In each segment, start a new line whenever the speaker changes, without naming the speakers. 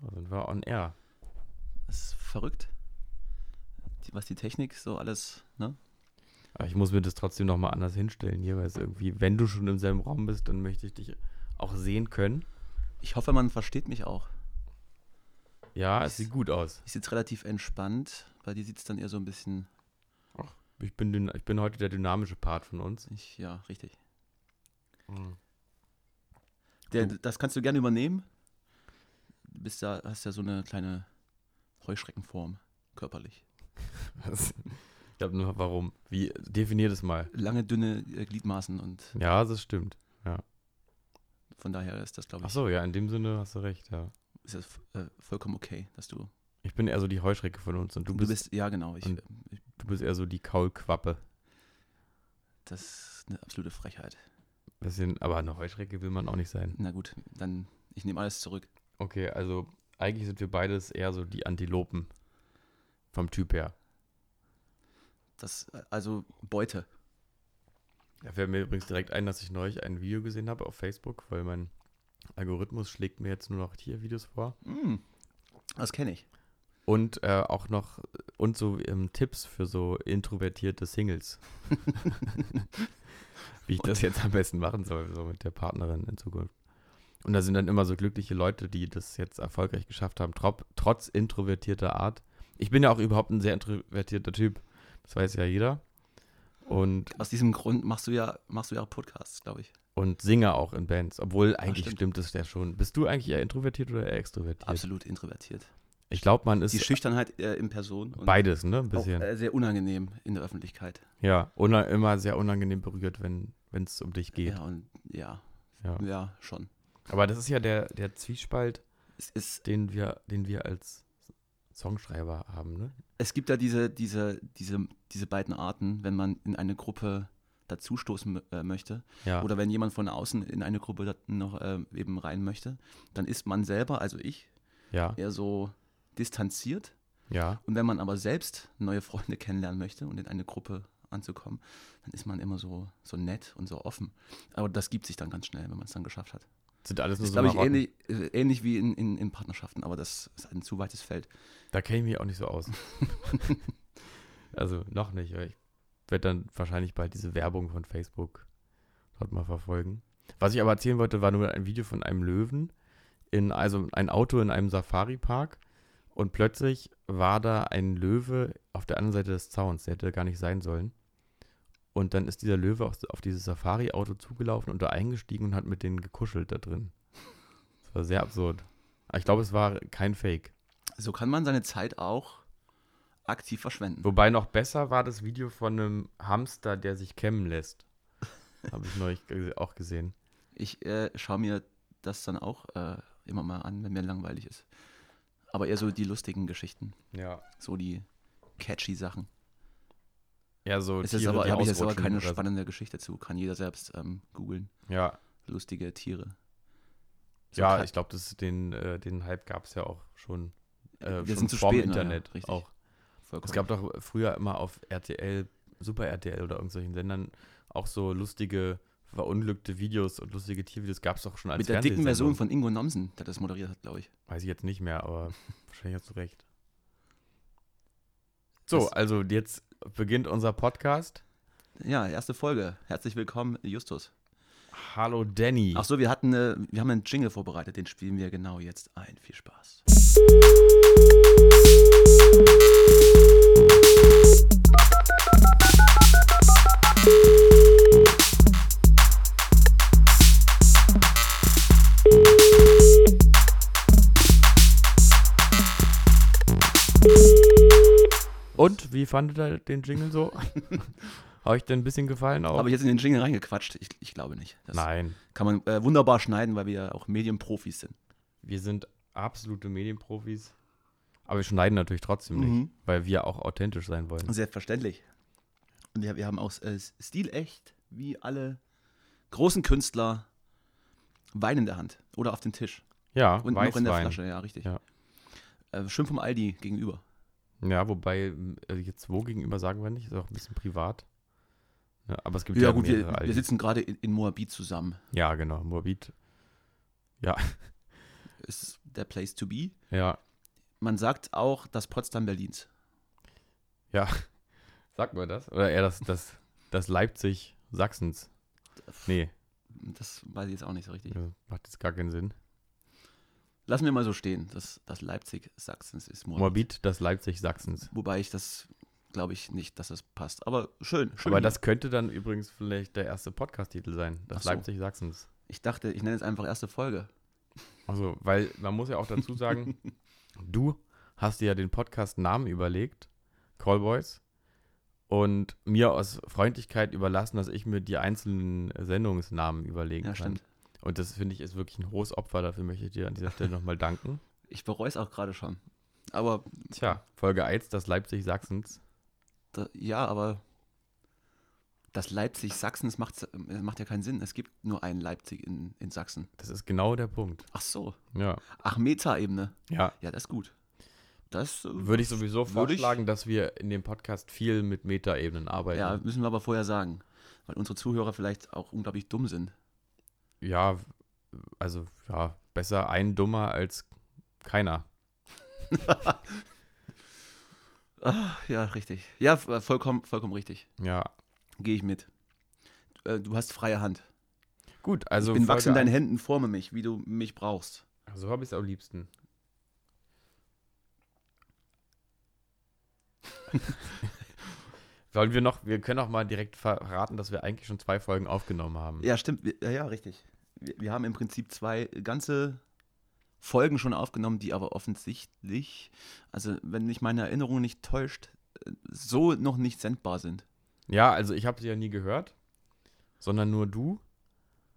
Da sind wir on air.
Das ist verrückt. Die- Was die Technik so alles, ne?
Aber ich muss mir das trotzdem nochmal anders hinstellen hier, weil es irgendwie, wenn du schon im selben Raum bist, dann möchte ich dich auch sehen können.
Ich hoffe, man versteht mich auch.
Ja, es sieht gut aus.
Ich sitze relativ entspannt. Bei dir sieht es dann eher so ein bisschen.
Ich bin, dyn- ich bin heute der dynamische Part von uns.
Ich, ja, richtig.
Mhm.
Der,
Du-
das kannst du gerne übernehmen. Du bist ja, hast ja so eine kleine Heuschreckenform, körperlich.
Was? Ich habe nur, warum? Wie, definier das mal.
Lange, dünne äh, Gliedmaßen und
Ja, das stimmt.
von daher ist das, glaube
Ach
ich,
so, ja, in dem Sinne hast du recht, ja.
ist das, äh, vollkommen okay, dass du.
Ich bin eher so die Heuschrecke von uns und du bist,
ja, genau. Ich,
und- du bist eher so die Kaulquappe.
das ist eine absolute Frechheit.
Bisschen, aber eine Heuschrecke will man auch nicht sein.
Na gut, dann, ich nehme alles zurück.
Okay, also eigentlich sind wir beides eher so die Antilopen. Vom Typ her.
Das, äh, also Beute.
Da fällt mir übrigens direkt ein, dass ich neulich ein Video gesehen habe auf Facebook, weil mein Algorithmus schlägt mir jetzt nur noch Tiervideos vor.
Mm, das kenne ich.
Und äh, auch noch, und so ähm, Tipps für so introvertierte Singles. Wie ich das jetzt am besten machen soll, so mit der Partnerin in Zukunft. Und da sind dann immer so glückliche Leute, die das jetzt erfolgreich geschafft haben, trop, trotz introvertierter Art. Ich bin ja auch überhaupt ein sehr introvertierter Typ. Das weiß ja jeder. Und
Aus diesem Grund machst du ja, machst du ja auch Podcasts, glaube ich.
Und singe auch in Bands, obwohl eigentlich
Ah, stimmt.
stimmt es ja schon. Bist du eigentlich eher introvertiert oder eher extrovertiert?
Absolut introvertiert.
Ich glaube, man
Die
ist
Schüchternheit äh, in Person und
beides, ne? Ein
auch
bisschen.
äh, sehr unangenehm in der Öffentlichkeit.
ja, una immer sehr unangenehm berührt, wenn es um dich geht.
Ja, und ja,
Ja.
ja, schon.
Aber das ist ja der, der Zwiespalt,
Es, ist,
den wir, den wir als Songschreiber haben, ne?
es gibt da diese, diese, diese, diese beiden Arten, wenn man in eine Gruppe dazustoßen mö- äh, möchte
Ja.
oder wenn jemand von außen in eine Gruppe da- noch äh, eben rein möchte, dann ist man selber, also ich,
ja,
eher so distanziert
ja.
Und wenn man aber selbst neue Freunde kennenlernen möchte und in eine Gruppe anzukommen, dann ist man immer so, so nett und so offen. Aber das gibt sich dann ganz schnell, wenn man es dann geschafft hat.
Sind alles
Das
nur
ist,
so
glaube ich,
Marotten.
ähnlich, äh, ähnlich wie in, in, in Partnerschaften, aber das ist ein zu weites Feld.
Da kenne ich mich auch nicht so aus. also noch nicht. aber Ich werde dann wahrscheinlich bald diese Werbung von Facebook dort mal verfolgen. Was ich aber erzählen wollte, war nur ein Video von einem Löwen, in, also ein Auto in einem Safari-Park. Und plötzlich war da ein Löwe auf der anderen Seite des Zauns. Der hätte gar nicht sein sollen. Und dann ist dieser Löwe auf, auf dieses Safari-Auto zugelaufen und da eingestiegen und hat mit denen gekuschelt da drin. Das war sehr absurd. Aber ich glaube, es war kein Fake.
So kann man seine Zeit auch aktiv verschwenden.
Wobei noch besser war das Video von einem Hamster, der sich kämmen lässt. Habe ich neulich ge- auch gesehen.
Ich äh, schaue mir das dann auch äh, immer mal an, wenn mir langweilig ist. Aber eher so die lustigen Geschichten,
Ja.
so die catchy Sachen.
Ja, so
Es ist
Tiere,
aber,
die
habe ich jetzt aber
ausrutschen
keine
oder so.
spannende Geschichte zu, kann jeder selbst ähm, googeln.
Ja,
lustige Tiere.
ja
Ka-
ich glaube, den, äh, den Hype gab es ja auch schon. Äh,
Wir
schon
sind zu
vorm
spät, naja,
Internet.
richtig.
auch.
vollkommen.
Es gab doch früher immer auf RTL, Super RTL oder irgendwelchen Sendern auch so lustige, verunglückte Videos und lustige Tiervideos gab es doch schon als
mit der dicken Version
Fernsehsendung.
von Ingo Nomsen, der das moderiert hat, glaube ich.
Weiß ich jetzt nicht mehr, aber wahrscheinlich hast du recht. So,
Das-
also jetzt beginnt unser Podcast.
Ja, erste Folge. Herzlich willkommen, Justus.
Hallo Danny.
Ach so, wir hatten, äh, wir haben einen Jingle vorbereitet, den spielen wir genau jetzt ein. Viel Spaß.
Und wie fandet ihr den Jingle so? Habe ich dir ein bisschen gefallen auch?
Habe ich jetzt in den Jingle reingequatscht? Ich, ich glaube nicht. Das
Oh. Nein,
kann man äh, wunderbar schneiden, weil wir ja auch Medienprofis sind.
wir sind absolute Medienprofis. Aber wir schneiden natürlich trotzdem nicht,
Mhm. Also
weil wir auch authentisch sein wollen.
Selbstverständlich. Und wir, wir haben auch äh, stilecht, wie alle großen Künstler, Wein in der Hand oder auf dem Tisch.
Ja,
Und noch in der Flasche, ja, richtig.
Ja.
Äh, schön vom Aldi gegenüber.
Ja, wobei, äh, jetzt wo gegenüber sagen wir nicht, ist auch ein bisschen privat. Ja, aber es gibt ja,
Ja, gut, wir,
mehrere genau, Aldis.
wir sitzen gerade in, in Moabit zusammen.
Ja, genau, Moabit. Ja,
ist der Place to be.
Ja,
Man sagt auch das Potsdam Berlins.
sagt man das? Oder eher das, das, das Leipzig Sachsens. Nee,
Das weiß ich jetzt auch nicht so richtig.
also macht jetzt gar keinen Sinn.
Lassen wir mal so stehen, dass das Leipzig Sachsens ist. Moabit.
Moabit, das Leipzig Sachsens.
Wobei ich das glaube ich nicht, dass das passt. Aber schön, schön.
Aber
hier.
das könnte dann übrigens vielleicht der erste Podcast-Titel sein.
Ach
Das
so.
Leipzig Sachsens.
ich dachte, ich nenne es einfach erste Folge.
Also, weil man muss ja auch dazu sagen, du hast dir ja den Podcast-Namen überlegt, Callboys, und mir aus Freundlichkeit überlassen, dass ich mir die einzelnen Sendungsnamen überlegen
Ja,
kann.
stimmt.
Und das finde ich ist wirklich ein hohes Opfer. Dafür möchte ich dir an dieser Stelle nochmal danken.
Ich bereue es auch gerade schon. Aber
Tja, Folge 1, das Leipzig Sachsens.
da, ja, aber das Leipzig Sachsens macht, macht ja keinen Sinn. Es gibt nur einen Leipzig in, in Sachsen.
Das ist genau der Punkt.
Ach so.
Ja.
Ach, Meta-Ebene.
Ja.
Ja, das ist gut. Das äh,
Würde ich sowieso
Würde ich-
vorschlagen, dass wir in dem Podcast viel mit Metaebenen arbeiten.
ja, müssen wir aber vorher sagen. Weil unsere Zuhörer vielleicht auch unglaublich dumm sind.
Ja, also ja, besser ein Dummer als keiner.
Ach, ja, richtig. Ja, v- vollkommen, vollkommen richtig.
Ja.
Gehe ich mit. Äh, Du hast freie Hand.
Gut, also
Ich bin wachs in
Folge
deinen Händen, forme mich, wie du mich brauchst.
eins. So habe ich es am liebsten. Sollen wir noch, wir können auch mal direkt verraten, dass wir eigentlich schon zwei Folgen aufgenommen haben.
Ja, stimmt. Wir- Ja, ja richtig. Wir, wir haben im Prinzip zwei ganze Folgen schon aufgenommen, die aber offensichtlich, also wenn mich meine Erinnerung nicht täuscht, äh, so noch nicht sendbar sind.
Ja, also ich habe sie ja nie gehört, sondern nur du.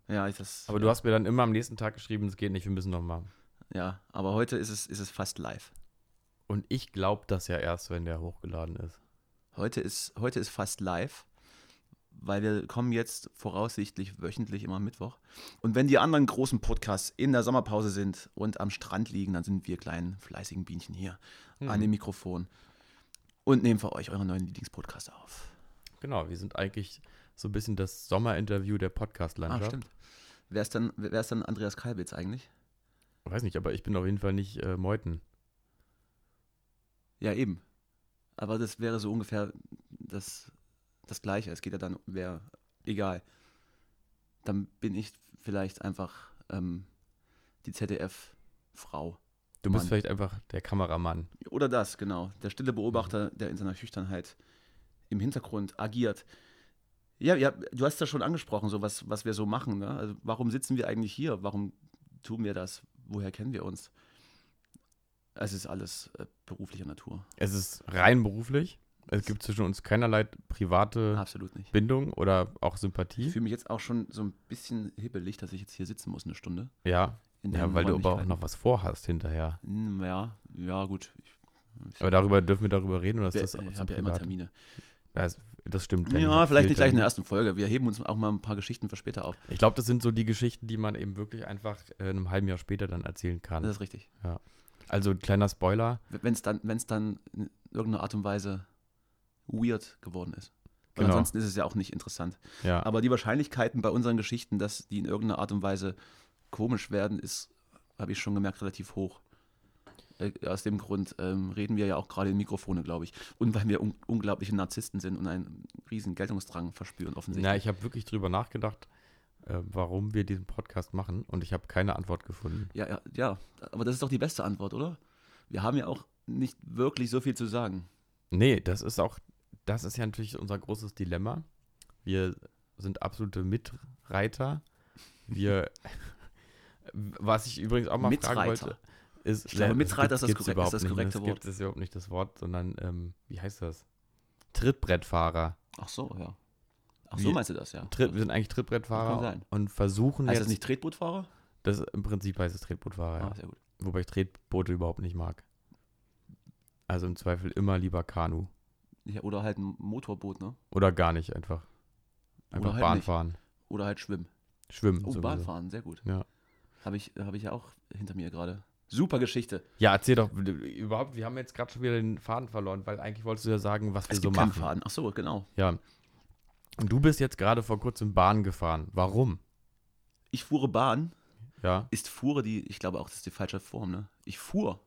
Ja, ich das.
Aber du hast mir dann immer am nächsten Tag geschrieben, es geht nicht, wir müssen noch mal.
Ja, aber heute ist es, ist es fast live.
Und ich glaube das ja erst, wenn der hochgeladen ist.
Heute ist, heute ist fast live, weil wir kommen jetzt voraussichtlich wöchentlich immer Mittwoch. Und wenn die anderen großen Podcasts in der Sommerpause sind und am Strand liegen, dann sind wir kleinen fleißigen Bienchen hier an
Mhm.
dem Mikrofon und nehmen für euch euren neuen Lieblingspodcast auf.
Genau, wir sind eigentlich so ein bisschen das Sommerinterview der
Ah,
Podcast-Landschaft.
stimmt. Wer ist dann, wer ist dann Andreas Kalbitz eigentlich?
Weiß nicht, aber ich bin auf jeden Fall nicht äh, Meuten.
Ja, eben. Aber das wäre so ungefähr das, das Gleiche. Es geht ja dann, wer, egal. Dann bin ich vielleicht einfach ähm, die ZDF-Frau.
Du bist
Mann.
vielleicht einfach der Kameramann.
Oder das, genau. Der stille Beobachter,
Mhm.
der in seiner Schüchternheit im Hintergrund agiert. Ja, ja, du hast das schon angesprochen, so was, was wir so machen. Ne? Also warum sitzen wir eigentlich hier? Warum tun wir das? Woher kennen wir uns? Es ist alles äh, beruflicher Natur.
Es ist rein beruflich. Es gibt zwischen uns keinerlei private
Absolut nicht.
Bindung oder auch
Ah. Ich
Sympathie.
fühle mich jetzt auch schon so ein bisschen hibbelig, dass ich jetzt hier sitzen muss eine Stunde.
Ja,
In
ja
deinen
weil du aber auch
Räumlichkeiten.
noch was vorhast hinterher.
Hm, Ja, ja gut. Ich, ich,
Aber darüber dürfen wir darüber reden oder ist
wir-
das
ich
zu
habe ja immer
privat?
Termine.
Das, das stimmt. Danny
Ja,
hat
vielleicht
viel
nicht gleich in
Termine.
der ersten Folge. Wir heben uns auch mal ein paar Geschichten für später auf.
Ich glaube, das sind so die Geschichten, die man eben wirklich einfach äh, einem halben Jahr später dann erzählen
Das
kann.
ist richtig.
Also kleiner Spoiler.
Wenn es dann, wenn's dann in irgendeiner Art und Weise weird geworden ist. Weil
Genau.
ansonsten ist es ja auch nicht interessant.
Ja.
Aber die Wahrscheinlichkeiten bei unseren Geschichten, dass die in irgendeiner Art und Weise komisch werden, ist, habe ich schon gemerkt, relativ hoch. Äh, Aus dem Grund ähm, reden wir ja auch gerade in Mikrofone, glaube ich. Und weil wir un unglaubliche Narzissten sind und einen riesen Geltungsdrang verspüren, offensichtlich.
Na, ich habe wirklich drüber nachgedacht, äh, warum wir diesen Podcast machen und ich habe keine Antwort gefunden.
Ja, ja, ja, aber das ist doch die beste Antwort, oder? Wir haben ja auch nicht wirklich so viel zu sagen.
Nee, das ist auch, das ist ja natürlich unser großes Dilemma. Wir sind absolute Mitreiter. Wir, was ich übrigens auch mal fragen wollte, ist, äh,
Ich glaube,
das
Mitreiter
gibt's-
ist das
gibt's
korrekt- ist
überhaupt
das
nicht, ne?
korrekte
das
Wort.
Gibt es überhaupt nicht das Wort, sondern ähm, wie heißt das? Trittbrettfahrer.
Ach so, ja. Ach
Wie-
so meinst du das, ja.
Tritt, wir sind eigentlich Trittbrettfahrer
Das kann sein.
und versuchen
heißt
jetzt.
das nicht Tretbootfahrer?
das im Prinzip heißt es Trittbrettfahrer. ja.
Ah, sehr gut.
Wobei ich Tretboote überhaupt nicht mag. Also im Zweifel immer lieber Kanu.
Ja, oder halt ein Motorboot, ne?
Oder gar nicht einfach.
Oder
Einfach
halt
Bahn
nicht.
fahren.
Oder halt Schwimmen.
Schwimmen.
Oh,
sowieso.
Bahnfahren, sehr gut.
Ja.
Habe ich, hab ich ja auch hinter mir gerade. Super Geschichte.
Ja, erzähl doch überhaupt, wir haben jetzt gerade schon wieder den Faden verloren, weil eigentlich wolltest du ja sagen, was wir so
keinen
machen.
Faden. Ach so, genau.
Ja. Und du bist jetzt gerade vor kurzem Bahn gefahren. Warum?
Ich fuhre Bahn
Ja.
Ist Fuhre die, ich glaube auch, das ist die falsche Form, ne? Ich fuhr.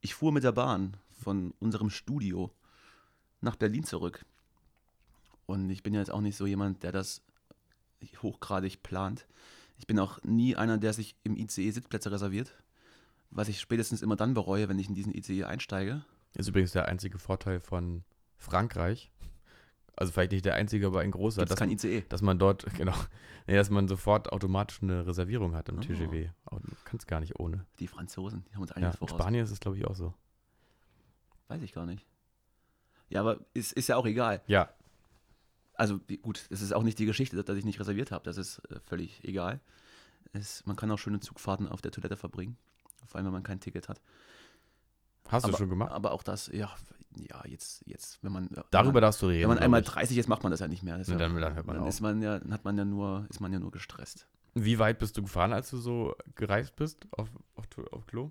Ich fuhr mit der Bahn von unserem Studio nach Berlin zurück. Und ich bin jetzt auch nicht so jemand, der das hochgradig plant. Ich bin auch nie einer, der sich im ICE Sitzplätze reserviert. Was ich spätestens immer dann bereue, wenn ich in diesen ICE einsteige.
Ist übrigens der einzige Vorteil von Frankreich. Also vielleicht nicht der einzige, aber ein großer,
Das ist
dass,
kein E. ICE.
dass man dort, genau, nee, dass man sofort automatisch eine Reservierung hat im
Oh.
TGW. Aber Du kannst gar nicht ohne.
Die Franzosen, die haben uns
Ja,
einiges
in
voraus.
Spanien ist es, glaube ich, auch so.
Weiß ich gar nicht. Ja, aber ist, ist ja auch egal.
Ja,
Also die- gut, es ist auch nicht die Geschichte, dass ich nicht reserviert habe. Das ist äh, völlig egal. Es, man kann auch schöne Zugfahrten auf der Toilette verbringen. Vor allem, wenn man kein Ticket hat.
hast
aber,
du schon gemacht?
Aber auch das, ja, ja jetzt, jetzt, wenn man. äh,
Darüber
wenn man,
darfst du reden.
Wenn man einmal
glaub
30 ist, macht man das ja nicht mehr. Das
ich.
ist ja,
Und dann, dann hört man
dann
auf.
ist man ja, dann hat man ja nur, ist man ja nur gestresst.
Wie weit bist du gefahren, als du so gereist bist auf, auf, Tu- auf Klo?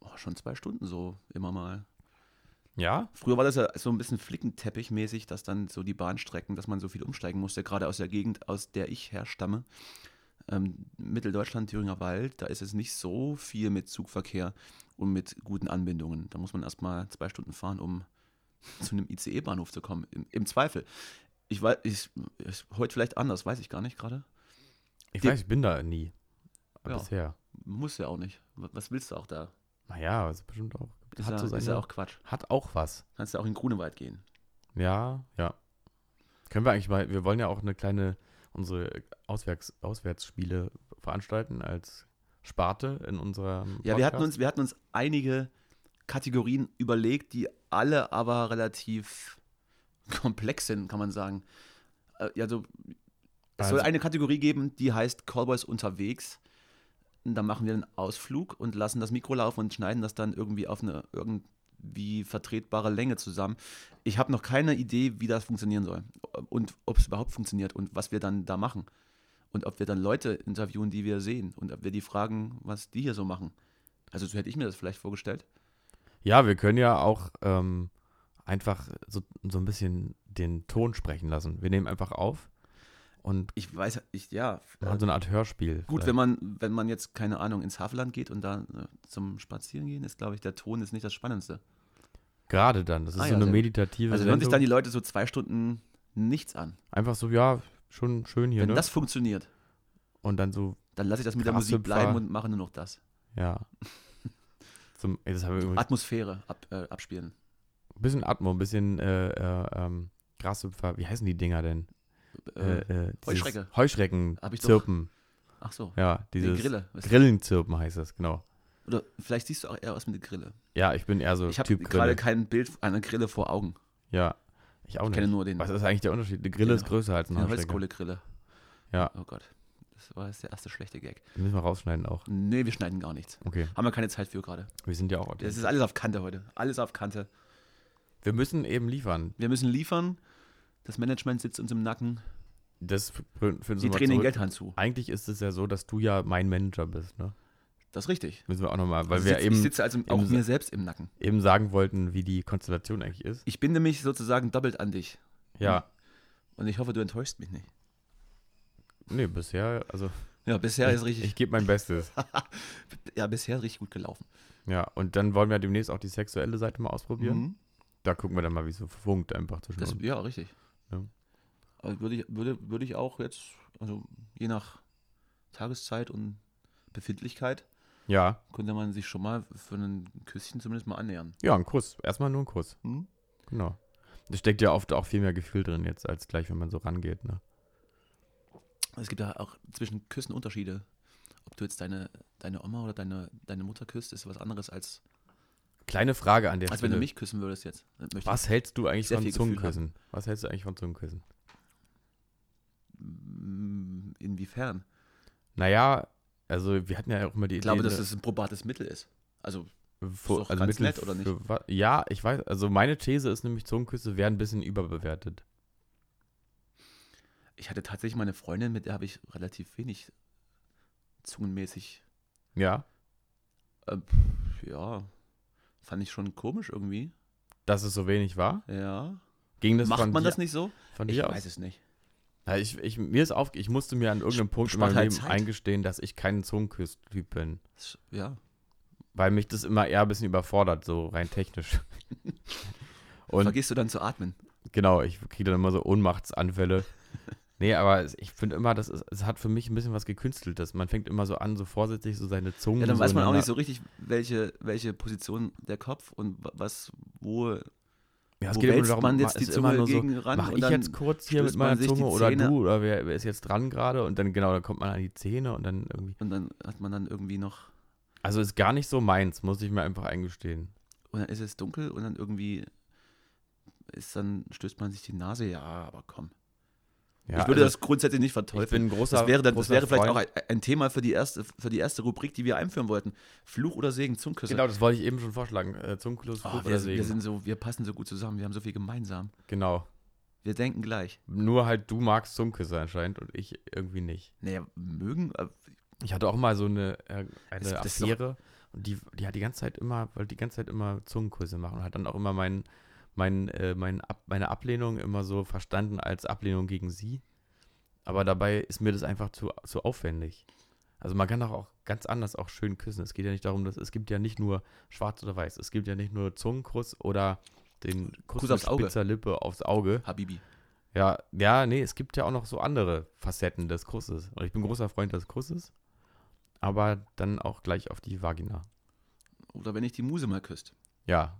Oh, schon zwei Stunden so, immer mal.
Ja?
Früher war das ja so ein bisschen flickenteppichmäßig, dass dann so die Bahnstrecken, dass man so viel umsteigen musste, gerade aus der Gegend, aus der ich herstamme. Ähm, Mitteldeutschland, Thüringer Wald, da ist es nicht so viel mit Zugverkehr und mit guten Anbindungen. Da muss man erstmal zwei Stunden fahren, um zu einem ICE-Bahnhof zu kommen. Im, im Zweifel. Ich weiß, ich, ist heute vielleicht anders, weiß ich gar nicht gerade.
Ich
Die-
weiß, ich bin da nie.
Ja.
Bisher.
Muss ja auch nicht. Wa- Was willst du auch da?
Naja, ist also bestimmt auch.
Ist,
hat,
ja,
so seine,
ist ja auch Quatsch.
hat auch was.
Kannst ja auch in Grunewald gehen.
Ja, ja. Können wir eigentlich mal, wir wollen ja auch eine kleine, unsere Auswärts, Auswärtsspiele veranstalten als Sparte in unserer.
Ja, wir hatten, uns, wir hatten uns einige Kategorien überlegt, die alle aber relativ komplex sind, kann man sagen. Äh, Also, es soll
Also-
eine Kategorie geben, die heißt Callboys unterwegs. Und Da machen wir einen Ausflug und lassen das Mikro laufen und schneiden das dann irgendwie auf eine irgendwie vertretbare Länge zusammen. Ich habe noch keine Idee, wie das funktionieren soll und ob es überhaupt funktioniert und was wir dann da machen. Und ob wir dann Leute interviewen, die wir sehen und ob wir die fragen, was die hier so machen. Also so hätte ich mir das vielleicht vorgestellt.
Ja, wir können ja auch ähm, einfach so, so ein bisschen den Ton sprechen lassen. Wir nehmen einfach auf und
Ich weiß, ich, ja.
machen so eine Art Hörspiel. Äh,
Gut, wenn man, wenn man jetzt, keine Ahnung, ins Havelland geht und da äh, zum Spazieren gehen, ist, glaube ich, der Ton ist nicht das Spannendste.
Gerade dann. Das ist
Ah,
so
ja,
eine
sehr gut.
meditative
Also hören sich
Sendung.
dann die Leute so zwei Stunden nichts an.
Einfach so, ja, schon schön hier,
Wenn
ne?
das funktioniert,
Und dann so,
dann lasse ich das mit der
Krasse
Musik bleiben
Pfarr-
und mache nur noch das.
ja. Zum, ey, das haben wir übrigens
Atmosphäre ab, äh, abspielen.
ein bisschen Atmo, ein bisschen äh, äh, ähm, Grashüpfer. Wie heißen die Dinger denn?
Äh,
äh, äh, dieses
Heuschrecke.
Heuschrecken
Hab ich doch-
zirpen.
ach so,
Ja,
die
dieses
Grille. Was-
Grillenzirpen heißt das, genau.
Oder vielleicht siehst du auch eher aus mit der Grille.
Ja, ich bin eher so
Ich habe
Typ Grille.
gerade kein Bild einer Grille vor Augen.
Ja, ich auch
Ich
nicht.
kenne nur den,
Was
den Genau.
ist eigentlich der Unterschied? Eine Grille ist
Den-
größer als eine Heuschrecke.
Holzkohlegrille.
Ja.
Oh Gott, das war jetzt der erste schlechte Gag.
Den müssen wir rausschneiden auch.
Nee, wir schneiden gar nichts.
Okay,
Haben wir keine Zeit für gerade.
wir sind ja auch
Es
authentisch.
ist alles auf Kante heute. Alles auf Kante.
Wir müssen eben liefern.
Wir müssen liefern. Das Management sitzt uns im Nacken.
Das f- führen Sie
Die
mal
drehen den
zurück.
Geldhahn zu.
Eigentlich ist es ja so, dass du ja mein Manager bist, ne?
Das ist richtig.
Müssen wir auch nochmal, weil
Also
wir
sitz- ich
eben,
sitze also auch
im-
mir selbst im Nacken.
eben sagen wollten, wie die Konstellation eigentlich ist.
Ich binde mich sozusagen doppelt an dich.
Ja,
Und ich hoffe, du enttäuschst mich nicht.
nee, bisher, also
Ja, bisher ist
ich,
richtig,
ich gebe mein Bestes.
ja, bisher ist richtig gut gelaufen.
Ja, und dann wollen wir demnächst auch die sexuelle Seite mal ausprobieren.
Mhm.
Da gucken wir dann mal, wie es so funkt einfach zwischen
Das,
uns.
ja, richtig.
Ja.
Also würde, ich, würde, würde ich auch jetzt, also je nach Tageszeit und Befindlichkeit,
Ja,
könnte man sich schon mal für ein Küsschen zumindest mal annähern.
ja, ein Kuss. Erstmal nur ein Kuss. Genau. Da steckt ja oft auch viel mehr Gefühl drin jetzt, als gleich, wenn man so rangeht, ne?
Es gibt ja auch zwischen Küssen Unterschiede. Ob du jetzt deine, deine Oma oder deine, deine Mutter küsst, ist was anderes, als,
Kleine Frage an der
als Also wenn du mich küssen würdest jetzt. Das möchte
Was hältst du eigentlich
Sehr
von
viel Gefühl
Zungenküssen? Was hältst du eigentlich von Zungenküssen?
ich- Mm, Inwiefern?
Naja, also wir hatten ja auch immer die
Ich glaube,
Idee,
dass es ein probates Mittel ist. Also,
vor,
doch ganz nett, oder nicht?
für wa- ja, ich weiß, also meine These ist nämlich, Zungenküsse werden ein bisschen überbewertet.
ich hatte tatsächlich meine Freundin, mit der habe ich relativ wenig zungenmäßig
Ja,
Äh, pf, ja, fand ich schon komisch irgendwie.
dass es so wenig war.
Ja.
Ging das
Macht
von
man
dir,
das nicht so?
Von
Ich
dir aus?
weiß es nicht.
Ja, ich, ich, mir ist auf, ich musste mir an irgendeinem Punkt in
spart
meinem
halt
Leben
Zeit.
eingestehen, dass ich kein Zungenküss-Typ bin.
Das- Ja.
Weil mich das immer eher ein bisschen überfordert, so rein technisch. Und
Vergisst du dann zu atmen?
genau, ich kriege dann immer so Ohnmachtsanfälle. Nee, aber es- ich finde immer, das ist, es hat für mich ein bisschen was gekünsteltes. Man fängt immer so an, so vorsichtig so seine Zungen.
Ja, dann
Hm, so
weiß man auch
ineinander-
nicht so richtig, welche, welche Position der Kopf und wa- was, wo,
Ja,
wo
es geht immer
wälzt
darum,
man
es
jetzt die
ist immer
Zunge
nur so,
gegen ran.
Mach
und
ich
dann,
jetzt kurz hier mit
stößt man
meiner
sich die
Zunge oder
Zähne-
du oder wer, wer ist jetzt dran gerade und dann genau, dann kommt man an die Zähne und dann irgendwie.
und dann hat man dann irgendwie noch,
Also ist gar nicht so meins, muss ich mir einfach eingestehen.
und dann ist es dunkel und dann irgendwie ist dann, stößt man sich die Nase, ja, aber komm.
Ja,
ich würde
also
das grundsätzlich nicht
ich
verteufeln.
bin ein großer
Das wäre, dann, das
großer
wäre vielleicht
Freund.
auch ein, ein Thema für die, erste, für die erste Rubrik, die wir einführen wollten. Fluch oder Segen, Zungenküsse.
Genau, das wollte ich eben schon vorschlagen. Äh, zum Klos
Oh, wir,
oder
wir,
Segen.
sind so, wir passen so gut zusammen, wir haben so viel gemeinsam.
Genau.
Wir denken gleich.
Nur halt du magst Zungenküsse anscheinend und ich irgendwie nicht.
Naja, mögen, äh,
Ich hatte auch mal so eine, äh, eine
Das- das ist doch-
Affäre und die, die hat die ganze Zeit immer, wollte die ganze Zeit immer Zungenküsse machen und hat dann auch immer meinen mein, äh, mein Ab, meine Ablehnung immer so verstanden als Ablehnung gegen sie. Aber dabei ist mir das einfach zu, zu aufwendig. Also man kann doch auch ganz anders auch schön küssen. Es geht ja nicht darum, dass es gibt ja nicht nur schwarz oder weiß. Es gibt ja nicht nur Zungenkuss oder den Kuss,
Kuss
mit
aufs Auge.
spitzer Lippe aufs Auge.
Habibi.
Ja, ja, nee, es gibt ja auch noch so andere Facetten des Kusses. Und ich bin großer Freund des Kusses, aber dann auch gleich auf die Vagina.
Oder wenn ich die Muse mal küsst.
Ja,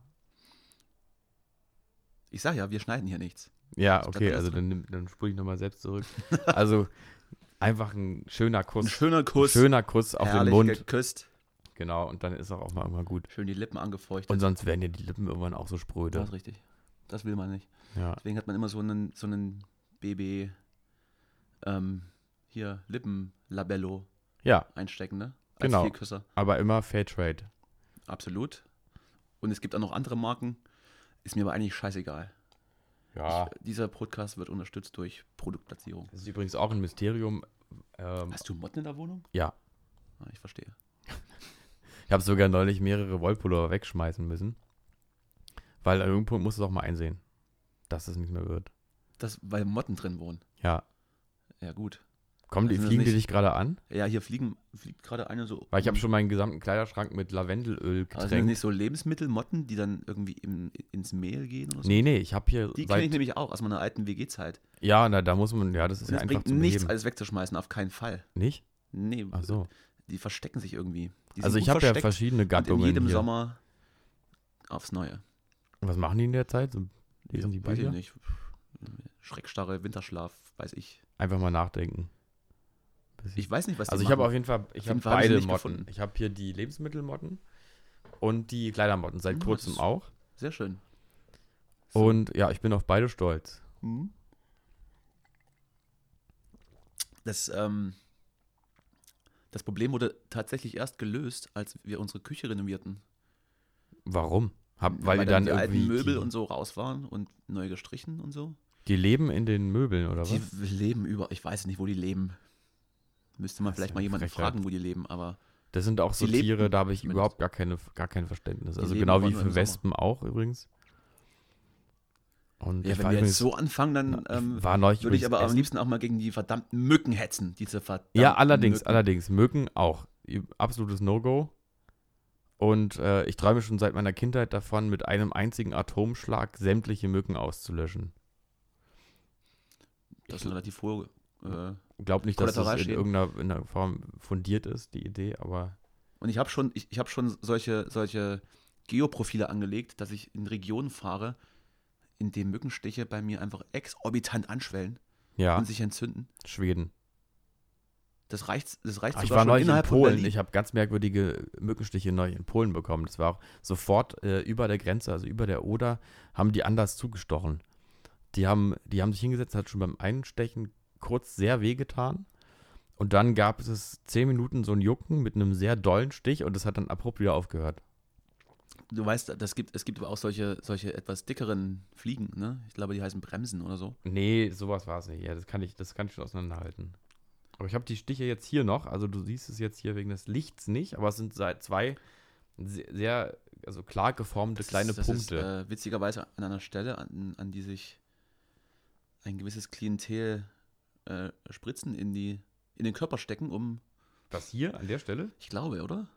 Ich sag ja, wir schneiden hier nichts.
ja,
glaub,
okay,
das-
also dann, nimm- dann spule ich nochmal selbst zurück. Also einfach ein schöner
Ein
Kuss.
schöner
Ein
Kuss,
schöner Kuss auf den
herrlich
Mund.
geküsst,
Genau, und dann ist auch, auch mal irgendwann gut.
schön die Lippen angefeuchtet.
Und sonst werden ja die Lippen irgendwann auch so
das
spröde.
ist richtig. Das will man nicht.
Ja,
Deswegen hat man immer so einen, so einen BB ähm, hier Lippenlabello
ja
einstecken, ne?
Genau.
Vielküsser.
aber immer Fairtrade.
Absolut. Und es gibt auch noch andere Marken. Ist mir aber eigentlich scheißegal.
Ja.
Ich, dieser Podcast wird unterstützt durch Produktplatzierung.
Das ist übrigens auch ein Mysterium. Ähm,
Hast du Motten in der Wohnung?
Ja.
Ah, ich verstehe.
Ich habe sogar neulich mehrere Wollpullover wegschmeißen müssen. Weil an irgendeinem Punkt musst du es auch mal einsehen, dass es nichts mehr wird.
Das, weil Motten drin wohnen.
Ja.
Ja, gut.
Kommen die,
Also
fliegen die
nicht-
dich gerade an?
Ja, hier fliegen, fliegt gerade eine so. um
Weil ich habe schon meinen gesamten Kleiderschrank mit Lavendelöl
Aber sind das
getränkt.
nicht so Lebensmittelmotten, die dann irgendwie im, ins Mehl gehen oder so?
Nee, nee, ich habe hier
Die kenne ich
seit.
nämlich auch aus meiner alten WG-Zeit.
Ja, na, da muss man. Ja, das ist
Und
ja
es
einfach
bringt
zu
nichts,
beheben.
alles wegzuschmeißen, auf keinen Fall.
Nicht?
Nee,
Ach so.
die verstecken sich irgendwie. Die sind
Also
gut
ich habe ja
versteckt
verschiedene
und in
Gattungen.
jedem
hier.
Sommer aufs Neue.
Was machen die in der Zeit? So, lesen die
weiß ich
Bücher?
nicht. Schreckstarre, Winterschlaf, weiß ich.
Einfach mal nachdenken. Bis
Ich weiß nicht, was die
Also ich habe auf
machen.
jeden Fall, ich
Auf
habe
jeden Fall habe ich sie
beide
nicht
Motten.
gefunden.
Ich habe hier die Lebensmittelmotten und die Kleidermotten seit
Hm, das
kurzem
ist
auch.
Sehr schön. So.
Und ja, ich bin auf beide stolz. Hm?
Mhm. Das, ähm, das Problem wurde tatsächlich erst gelöst, als wir unsere Küche renovierten.
Warum? Hab, weil die dann
die
irgendwie
alten Möbel
die,
und so raus waren und neu gestrichen und so.
die leben in den Möbeln oder was?
Die leben über, ich weiß nicht, wo die leben. Müsste man
Das ist
vielleicht
ja
mal
eine
jemanden
Frechheit.
fragen, wo die leben, aber
Das sind auch so
die lebten
Tiere, da habe ich
zumindest.
überhaupt gar, keine, gar kein Verständnis.
Die
Also
leben
genau
aber
wie
nur im
für
Sommer.
Wespen auch übrigens. Und
ja,
ich
wenn
war
wir jetzt
übrigens-
so anfangen, dann
na, ich
ähm,
war neulich
würde ich
übrigens
aber am
essen.
liebsten auch mal gegen die verdammten Mücken hetzen. Diese verdammten
Ja, allerdings,
Mücken.
allerdings. Mücken auch. Absolutes No-Go. Und äh, ich träume schon seit meiner Kindheit davon, mit einem einzigen Atomschlag sämtliche Mücken auszulöschen.
Das ist eine relativ hohe. Äh,
Ich glaube nicht, dass das in
Kollateralschäden.
irgendeiner in einer Form fundiert ist, die Idee, aber
Und ich habe schon, ich, ich hab schon solche, solche Geoprofile angelegt, dass ich in Regionen fahre, in denen Mückenstiche bei mir einfach exorbitant anschwellen
ja,
und sich entzünden.
Schweden.
Das reicht, das reicht
Ach, Ah, ich
sogar
war
schon
neulich in
innerhalb von
Polen.
Berlin.
Ich habe ganz merkwürdige Mückenstiche neu in Polen bekommen. Das war auch sofort äh, über der Grenze, also über der Oder, haben die anders zugestochen. Die haben, die haben sich hingesetzt, hat schon beim Einstechen kurz sehr wehgetan. Und dann gab es zehn Minuten so ein Jucken mit einem sehr dollen Stich und das hat dann abrupt wieder aufgehört.
Du weißt, das gibt, es gibt aber auch solche, solche etwas dickeren Fliegen, ne? Ich glaube, die heißen Bremsen oder so.
Nee, sowas war es nicht. Ja, das kann ich, das kann ich schon auseinanderhalten. Aber ich habe die Stiche jetzt hier noch. Also du siehst es jetzt hier wegen des Lichts nicht, aber es sind se- zwei se- sehr also klar geformte kleine
ist, das
Punkte.
Ist, äh, witzigerweise an einer Stelle, an, an die sich ein gewisses Klientel äh, Spritzen in, die, in den Körper stecken, um,
Das hier an der Stelle?
ich glaube, oder?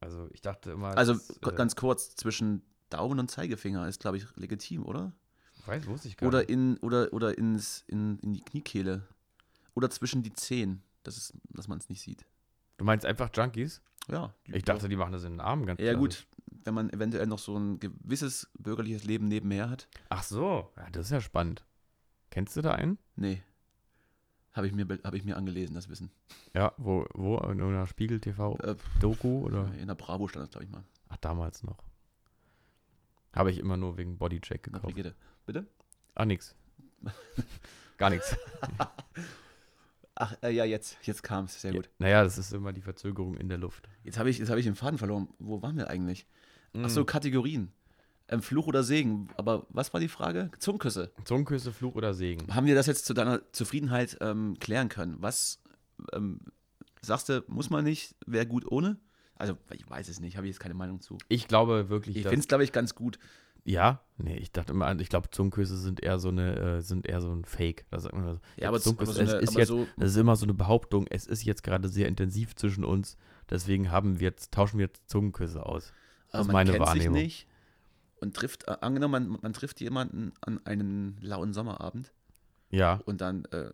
Also ich dachte immer.
Also
das, äh,
ganz kurz, zwischen Daumen und Zeigefinger ist, glaube ich, legitim, oder?
äh, Weiß, wusste ich gar
Oder,
nicht.
in, oder, oder ins, in, in die Kniekehle. Oder zwischen die Zehen, das ist, dass man es nicht sieht.
Du meinst einfach Junkies?
Ja. die-
Ich dachte, die machen das in den Armen ganz
Ja,
klassisch.
gut, wenn man eventuell noch so ein gewisses bürgerliches Leben nebenher hat.
Ach so. Ja, das ist ja spannend. Kennst du da einen?
Nee. Habe ich, mir be- hab ich mir angelesen, das Wissen.
Ja, wo, wo? In einer Spiegel TV
Äh,
Doku oder?
In der Bravo stand das, glaube ich, mal.
Ach, damals noch. Habe ich immer nur wegen Bodycheck
In der
gekauft.
Brigitte. Bitte?
Ach, Ah, nix. Gar nichts.
Ach, äh, ja, jetzt. Jetzt kam es. Sehr gut.
Naja, das ist immer die Verzögerung in der Luft.
Jetzt habe ich, jetzt hab ich den Faden verloren. Wo waren wir eigentlich?
Mhm.
Ach so, Kategorien. Ähm, Fluch oder Segen. Aber was war die Frage? Zungenküsse.
Zungenküsse, Fluch oder Segen?
Haben wir das jetzt zu deiner Zufriedenheit ähm, klären können? Was ähm, sagst du, muss man nicht? Wäre gut ohne? Also, ich weiß es nicht. Habe ich jetzt keine Meinung zu.
Ich glaube wirklich,
Ich
dass-
finde es, glaube ich, ganz gut.
Ja? Nee, ich dachte immer, ich glaube, Zungenküsse sind eher so eine, äh, sind eher so ein Fake. Da sagt man so,
Ja, aber,
Zungenküsse,
aber so eine,
es ist
aber
jetzt,
so,
das ist immer so eine Behauptung, es ist jetzt gerade sehr intensiv zwischen uns, deswegen haben wir jetzt, tauschen wir jetzt Zungenküsse aus.
aber man
meine
kennt
Wahrnehmung.
sich nicht und trifft, äh, angenommen, man, man trifft jemanden an einem lauen Sommerabend
Ja.
und dann äh,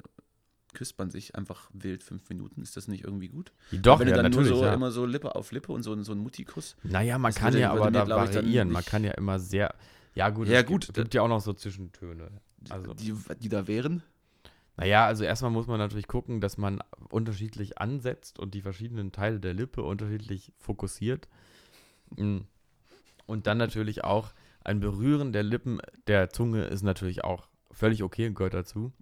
küsst man sich einfach wild fünf Minuten. Ist das nicht irgendwie gut?
Doch,
Wenn
ja,
du dann
natürlich.
nur so
ja.
immer so Lippe auf Lippe und so, ein- so ein Muttikuss.
Naja, man
Das
kann
würde-
ja
würde
aber
mir,
da
glaub ich, dann
variieren. Man
nicht-
kann ja immer sehr. Ja, gut,
Ja,
es
gut,
Gibt, gibt ja auch noch so Zwischentöne. Also,
Die, die da wären.
naja, also erstmal muss man natürlich gucken, dass man unterschiedlich ansetzt und die verschiedenen Teile der Lippe unterschiedlich fokussiert. Mm. Und dann natürlich auch ein Berühren der Lippen, der Zunge ist natürlich auch völlig okay und gehört dazu.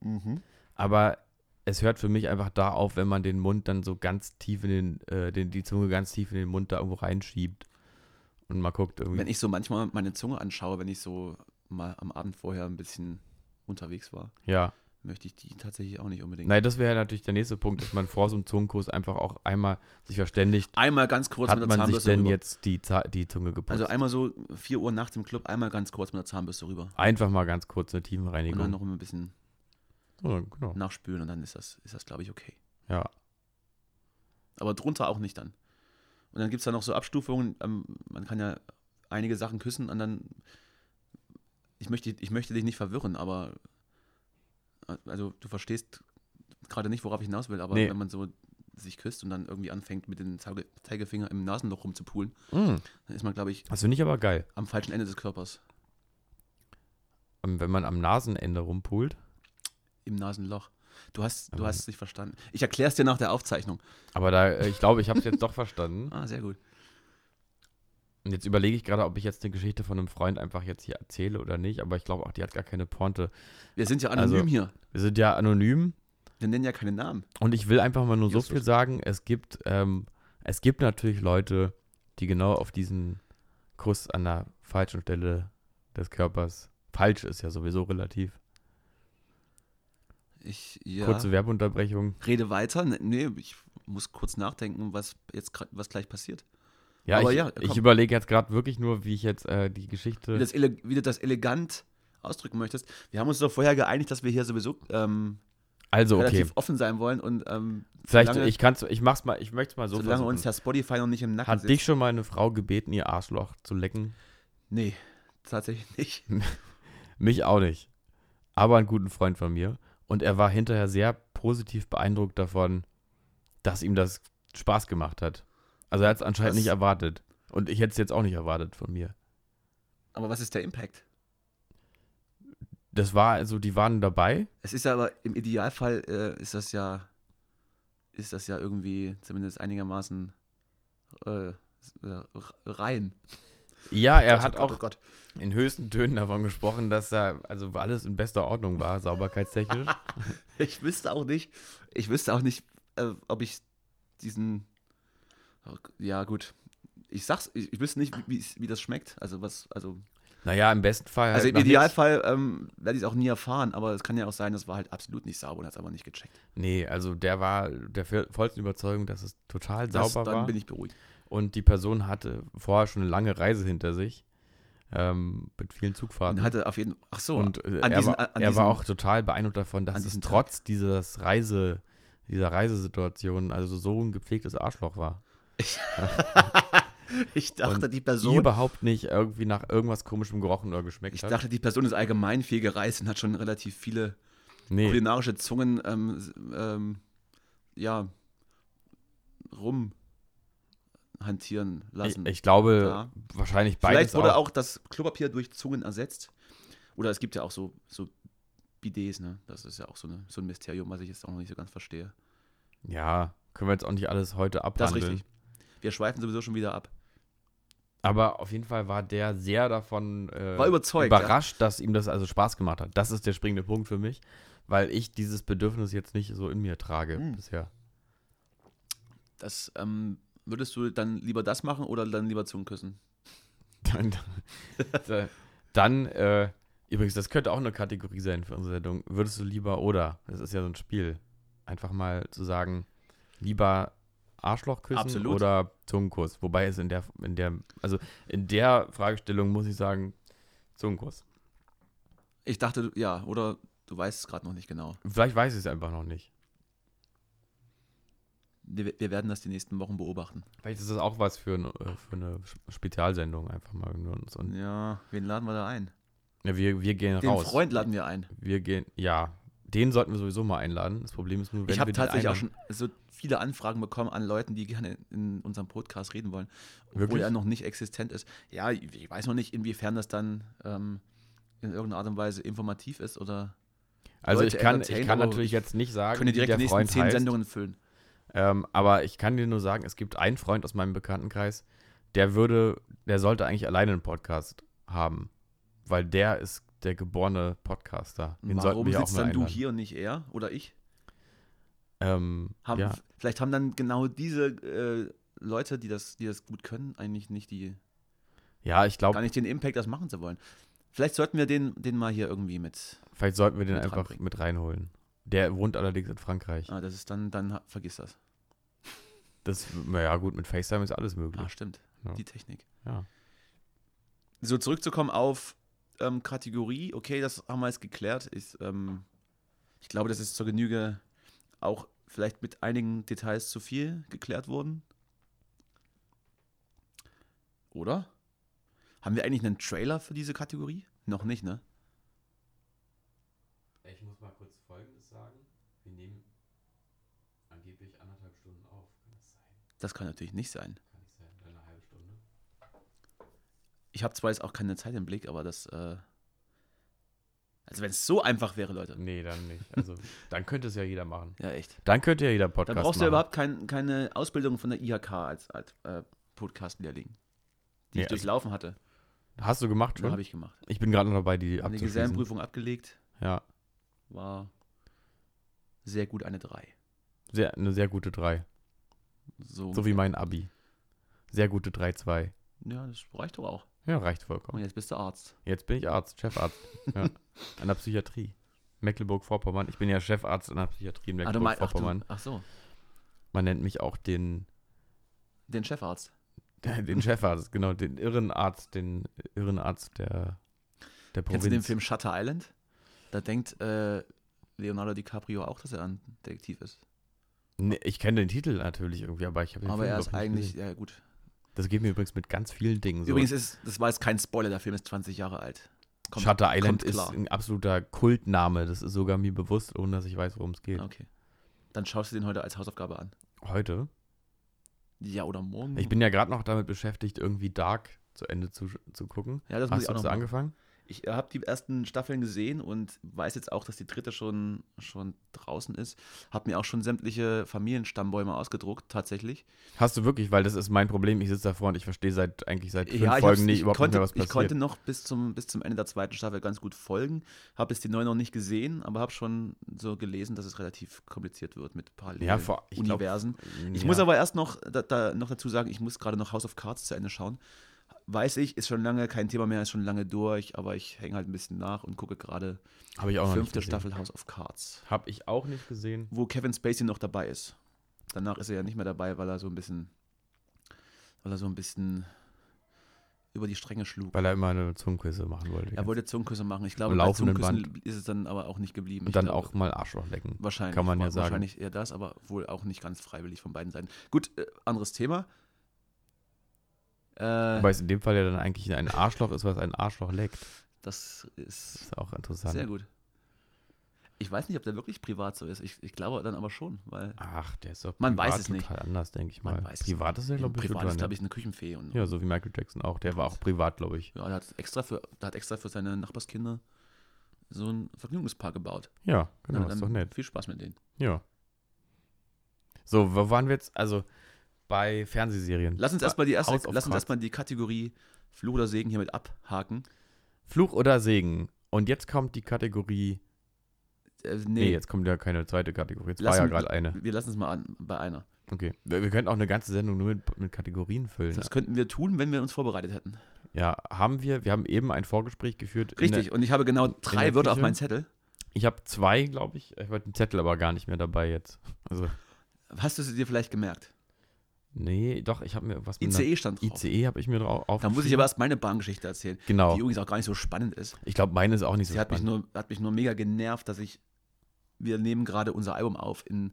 Aber es hört für mich einfach da auf, wenn man den Mund dann so ganz tief in den, äh, den die Zunge ganz tief in den Mund da irgendwo reinschiebt. Und mal guckt irgendwie.
Wenn ich so manchmal meine Zunge anschaue, wenn ich so mal am Abend vorher ein bisschen unterwegs war,
ja.
möchte ich die tatsächlich auch nicht unbedingt.
Nein, das wäre natürlich der nächste Punkt, dass man vor so einem Zungenkuss einfach auch einmal sich verständigt,
Einmal ganz kurz
hat
mit der
man sich
Zahnbürste
denn
rüber.
jetzt die, Za- die Zunge geputzt.
Also einmal so 4 Uhr nachts im Club, einmal ganz kurz mit der Zahnbürste rüber.
einfach mal ganz kurz eine
Und dann
Tiefenreinigung.
noch ein bisschen
Ja, genau.
nachspülen und dann ist das, ist das glaube ich, okay.
Ja.
Aber drunter auch nicht dann. Und dann gibt es da noch so Abstufungen. Ähm, man kann ja einige Sachen küssen und dann. Ich möchte, ich möchte dich nicht verwirren, aber. Also, du verstehst gerade nicht, worauf ich hinaus will, aber
Nee.
wenn man so sich küsst und dann irgendwie anfängt, mit dem Zauge- Zeigefinger im Nasenloch rumzupulen,
Mm.
dann ist man, glaube ich,
Das finde ich aber geil.
am falschen Ende des Körpers.
Ähm, Wenn man am Nasenende rumpult.
Im Nasenloch. Du hast, du
Aber-
hast es nicht verstanden. Ich erkläre es dir nach der Aufzeichnung.
Aber da, äh, ich glaube, ich habe es jetzt doch verstanden.
Ah, sehr gut.
Und jetzt überlege ich gerade, ob ich jetzt eine Geschichte von einem Freund einfach jetzt hier erzähle oder nicht. Aber ich glaube auch, die hat gar keine Pointe.
Wir sind ja anonym
Also-
hier.
Wir sind ja anonym.
Wir nennen ja keine Namen.
Und ich will einfach mal nur so
Justus.
viel sagen, es gibt, ähm, es gibt natürlich Leute, die genau auf diesen Kuss an der falschen Stelle des Körpers, falsch ist ja sowieso relativ.
Ich, ja.
Kurze Werbeunterbrechung.
Rede weiter. N- Nee, ich muss kurz nachdenken, was jetzt grad, was gleich passiert.
Ja,
Aber
ich,
ja, komm.
ich überlege jetzt gerade wirklich nur, wie ich jetzt äh, die
Wie,
Geschichte.
das ele wie du das elegant ausdrücken möchtest. Wir haben uns doch vorher geeinigt, dass wir hier sowieso ähm,
also, okay.
relativ offen sein wollen und ähm,
Vielleicht,
solange-
ich kann's, ich mach's mal, ich möchte mal so
solange uns
versuchen.
ja Spotify noch nicht im Nacken
Hat
sitzt.
dich schon mal eine Frau gebeten, ihr Arschloch zu lecken?
Nee, tatsächlich nicht.
Mich auch nicht. Aber einen guten Freund von mir. Und er war hinterher sehr positiv beeindruckt davon, dass ihm das Spaß gemacht hat. Also er hat es anscheinend
Das-
nicht erwartet. Und ich hätte es jetzt auch nicht erwartet von mir.
Aber was ist der Impact?
Das war, also die waren dabei.
Es ist ja aber im Idealfall äh, ist das ja ist das ja irgendwie zumindest einigermaßen äh, äh, rein.
Ja, er
Oh
hat
Gott, oh
auch
Gott.
in höchsten Tönen davon gesprochen, dass da also alles in bester Ordnung war, sauberkeitstechnisch.
Ich wüsste auch nicht, ich wüsste auch nicht, äh, ob ich diesen, ja gut, ich sag's, ich, ich wüsste nicht, wie, wie's- wie das schmeckt, also was, also,
naja, im besten Fall.
also
halt
im
noch
Idealfall ähm, werde ich es auch nie erfahren, aber es kann ja auch sein, das war halt absolut nicht sauber und hat's aber nicht gecheckt.
nichts. Nee, also der war der fe- vollsten Überzeugung, dass es total
Das,
sauber
dann
war.
bin ich beruhigt.
Und die Person hatte vorher schon eine lange Reise hinter sich ähm, mit vielen Zugfahrten.
Und hatte auf jeden Fall. Ach so,
Und äh,
an
er,
diesen-
war,
an
er
diesen-
war auch total beeindruckt davon,
an
dass es
diesen Tag.
trotz dieses Reise, dieser Reisesituation also so ein gepflegtes Arschloch war.
ich dachte,
und
die Person.
Überhaupt nicht irgendwie nach irgendwas komischem gerochen oder geschmeckt
Also Ich
hat.
dachte, die Person ist allgemein viel gereist und hat schon relativ viele
nee,
kulinarische Zungen, ähm, s- ähm, ja, rum hantieren
ich,
lassen.
ich glaube
Ja.
wahrscheinlich Äh, beides
Vielleicht wurde
auch.
auch. das Klopapier durch Zungen ersetzt. Oder es gibt ja auch so, so Bidets, ne? Das ist ja auch so, eine, so ein Mysterium, was ich jetzt auch noch nicht so ganz verstehe.
Ja, können wir jetzt auch nicht alles heute
Das ist
abhandeln.
richtig. Wir schweifen sowieso schon wieder ab.
Aber auf jeden Fall war der sehr davon äh,
War überzeugt,
überrascht, dass ihm das also Spaß gemacht hat. Das ist der springende Punkt für mich, weil ich dieses Bedürfnis jetzt nicht so in mir trage
Hm.
bisher.
Das ähm, würdest du dann lieber das machen oder dann lieber Zungen küssen?
Dann, da- dann äh, übrigens, das könnte auch eine Kategorie sein für unsere Sendung. Würdest du lieber oder? Das ist ja so ein Spiel. Einfach mal zu sagen, lieber Arschloch küssen
Absolut.
oder Zungenkuss. Wobei es in der, in der, also in der Fragestellung muss ich sagen, Zungenkuss.
Ich dachte, du- ja, oder du weißt es gerade noch nicht genau.
Vielleicht weiß ich es einfach noch nicht.
Wir, wir werden das die nächsten Wochen beobachten.
Vielleicht ist das auch was für, ein, äh, für eine Spezialsendung einfach mal nur uns. Und,
Ja, wen laden wir da ein?
ja, wir, wir gehen
Den
Hm. raus.
Freund laden wir ein.
Wir gehen, ja. Den sollten wir sowieso mal einladen. Das Problem ist nur, wenn
ich
wir
habe
den
tatsächlich auch
einladen-
schon so viele Anfragen bekommen an Leuten, die gerne in unserem Podcast reden wollen, obwohl
Wirklich?
er noch nicht existent ist. Ja, ich weiß noch nicht, inwiefern das dann ähm, in irgendeiner Art und Weise informativ ist oder
Also
Leute
ich kann, ich
entertainen,
kann
aber
natürlich jetzt nicht sagen,
können wir direkt die
der
nächsten
Freund
zehn
heißt.
Sendungen füllen.
Ähm, aber ich kann dir nur sagen, es gibt einen Freund aus meinem Bekanntenkreis, der würde, der sollte eigentlich alleine einen Podcast haben. Weil der ist der geborene Podcaster. Den sollten
Warum
wir auch
sitzt
mal
dann
einladen.
du hier und nicht er oder ich?
Ähm,
Haben,
ja.
Vielleicht haben dann genau diese äh, Leute, die das, die das gut können, eigentlich nicht die,
ja, ich
gar
glaube,
nicht den Impact, das machen zu wollen. Vielleicht sollten wir den, den mal hier irgendwie mit.
vielleicht sollten wir den
mit
einfach
ranbringen.
mit reinholen. Der wohnt allerdings in Frankreich.
Ah, das ist dann, dann ha- vergiss das.
Das, naja, gut, mit FaceTime ist alles
Ah,
möglich.
stimmt.
Ja.
Die Technik.
Ja.
So zurückzukommen auf ähm, Kategorie, okay, das haben wir jetzt geklärt. Ich, ähm, ich glaube, das ist zur Genüge auch vielleicht mit einigen Details zu viel geklärt worden. Oder? Haben wir eigentlich einen Trailer für diese Kategorie? Noch nicht, ne?
Ich muss mal kurz Folgendes sagen. Wir nehmen angeblich anderthalb Stunden auf. Kann das sein?
Das kann natürlich nicht sein.
Kann nicht sein. Eine halbe Stunde.
Ich habe zwar jetzt auch keine Zeit im Blick, aber das. Äh, also, wenn es so einfach wäre, Leute.
Nee, dann nicht. Also, dann könnte es ja jeder machen.
Ja, echt.
Dann könnte ja jeder Podcast
Dann brauchst
machen.
du ja überhaupt kein, keine Ausbildung von der IHK als, als äh, Podcast-Lehrling, die
Ja,
ich durchlaufen hatte.
Hast du gemacht
Habe
schon?
ich gemacht.
Ich bin gerade noch dabei, die
Eine
abzuschließen.
Gesellenprüfung abgelegt,
Ja,
war sehr gut eine 3.
sehr, eine sehr gute 3.
So,
So wie mein Abi. Sehr gute 3-2.
ja, das reicht doch auch.
Ja, reicht
Und
vollkommen.
jetzt bist du Arzt.
Jetzt bin ich Arzt, Chefarzt. Ja. An der Psychiatrie. Mecklenburg-Vorpommern. Ich bin ja Chefarzt in der Psychiatrie in
Ah, du mein, ach,
Mecklenburg-Vorpommern.
du, ach so,
Man nennt mich auch den
den Chefarzt.
Den Chefarzt, genau, den Irrenarzt, den Irrenarzt der, der Provinz.
Kennst du den Film Shutter Island? Da denkt äh, Leonardo DiCaprio auch, dass er ein Detektiv ist.
Nee, ich kenne den Titel natürlich irgendwie, aber ich habe den
Aber
Film
er
überhaupt
ist
nicht
eigentlich,
gesehen.
ja gut.
Das geht mir übrigens mit ganz vielen Dingen so.
Übrigens ist, das war jetzt kein Spoiler, der Film ist 20 Jahre alt. Kommt-
Shutter Island
kommt
ist
klar.
ein absoluter Kultname. Das ist sogar mir bewusst, ohne dass ich weiß, worum es geht.
Okay. Dann schaust du den heute als Hausaufgabe an.
Heute.
Ja, oder morgen.
Ich bin ja gerade noch damit beschäftigt, irgendwie Dark zu Ende zu, zu gucken.
ja, das muss
Hast
ich
du
auch noch
das
machen.
angefangen?
Ich habe die ersten Staffeln gesehen und weiß jetzt auch, dass die dritte schon, schon draußen ist. Habe mir auch schon sämtliche Familienstammbäume ausgedruckt, tatsächlich.
Hast du wirklich, weil das ist mein Problem. Ich sitze davor und ich verstehe seit eigentlich seit fünf
ich, hab's-
Folgen nicht
ich,
überhaupt nicht
konnte,
mehr,
ich
was passiert.
konnte noch bis zum, bis zum Ende der zweiten Staffel ganz gut folgen. Habe jetzt die neue noch nicht gesehen, aber habe schon so gelesen, dass es relativ kompliziert wird mit parallelen
Ja, vor- ich glaub-
Universen. Ich
Ja.
muss aber erst noch, da, da, noch dazu sagen, ich muss gerade noch House of Cards zu Ende schauen. Weiß ich, ist schon lange kein Thema mehr, ist schon lange durch, aber ich hänge halt ein bisschen nach und gucke gerade
Hab ich auch noch Oh, nicht
fünfte
gesehen.
Staffel House of Cards,
Habe ich auch nicht gesehen.
wo Kevin Spacey noch dabei ist. Danach ist er ja nicht mehr dabei, weil er so ein bisschen, weil er so ein bisschen über die Stränge schlug.
Weil er immer eine Zungenküsse machen wollte.
Er wollte Zungenküsse machen. Ich glaube, bei
laufenden
Zungenküssen ist es dann aber auch nicht geblieben.
und dann
ich glaube,
auch mal Arschloch lecken.
Wahrscheinlich.
Kann man ja
wa-
sagen.
Wahrscheinlich eher das, aber wohl auch nicht ganz freiwillig von beiden Seiten. Gut, äh, anderes Thema. Äh,
Weil es in dem Fall ja dann eigentlich ein Arschloch ist, was ein Arschloch leckt.
das ist
Ist auch interessant.
sehr gut. Ich weiß nicht, ob der wirklich privat so ist. Ich, ich glaube dann aber schon, weil
Ach, der ist doch
Man
privat
weiß es nicht.
total anders, denke ich
Man
mal.
weiß es
privat ist er, glaube ich,
privat ist,
total
glaube ich, eine Küchenfee. Und,
nett. Ja, so wie Michael Jackson auch. Der war auch privat, glaube ich.
Ja, der hat extra für, der hat extra für seine Nachbarskinder so einen Vergnügungspark gebaut.
Ja, genau,
Na,
ist doch
dann
nett.
Viel Spaß mit denen.
Ja. So, wo waren wir jetzt? Also bei Fernsehserien. Ah,
Lass uns erstmal die erste,
House of
lass uns
Cards.
erstmal die Kategorie Fluch oder Segen hiermit abhaken.
Fluch oder Segen. Und jetzt kommt die Kategorie.
Äh, nee,
Nee, jetzt kommt ja keine zweite Kategorie. Jetzt
Lass
war ja
uns-
gerade eine.
wir lassen es mal an bei einer.
Okay. Wir, wir könnten auch eine ganze Sendung nur mit, mit Kategorien füllen.
Das könnten wir tun, wenn wir uns vorbereitet hätten.
Ja, haben wir. Wir haben eben ein Vorgespräch geführt. in
Richtig. Und ich habe genau drei
der
Wörter auf
Küche?
meinen Zettel.
Der, ich habe zwei, glaube ich. Ich habe den Zettel aber gar nicht mehr dabei jetzt. Also,
Hast du es dir vielleicht gemerkt?
nee, doch, ich habe mir was mit einer-
ICE stand drauf.
ICE habe ich mir drauf
Da muss ich aber erst meine Bahngeschichte erzählen,
E Genau.
die übrigens auch gar nicht so spannend ist.
Ich glaube, meine ist auch nicht so
Sie hat mich,
spannend.
nur, hat mich nur mega genervt, dass ich. Wir nehmen gerade unser Album auf in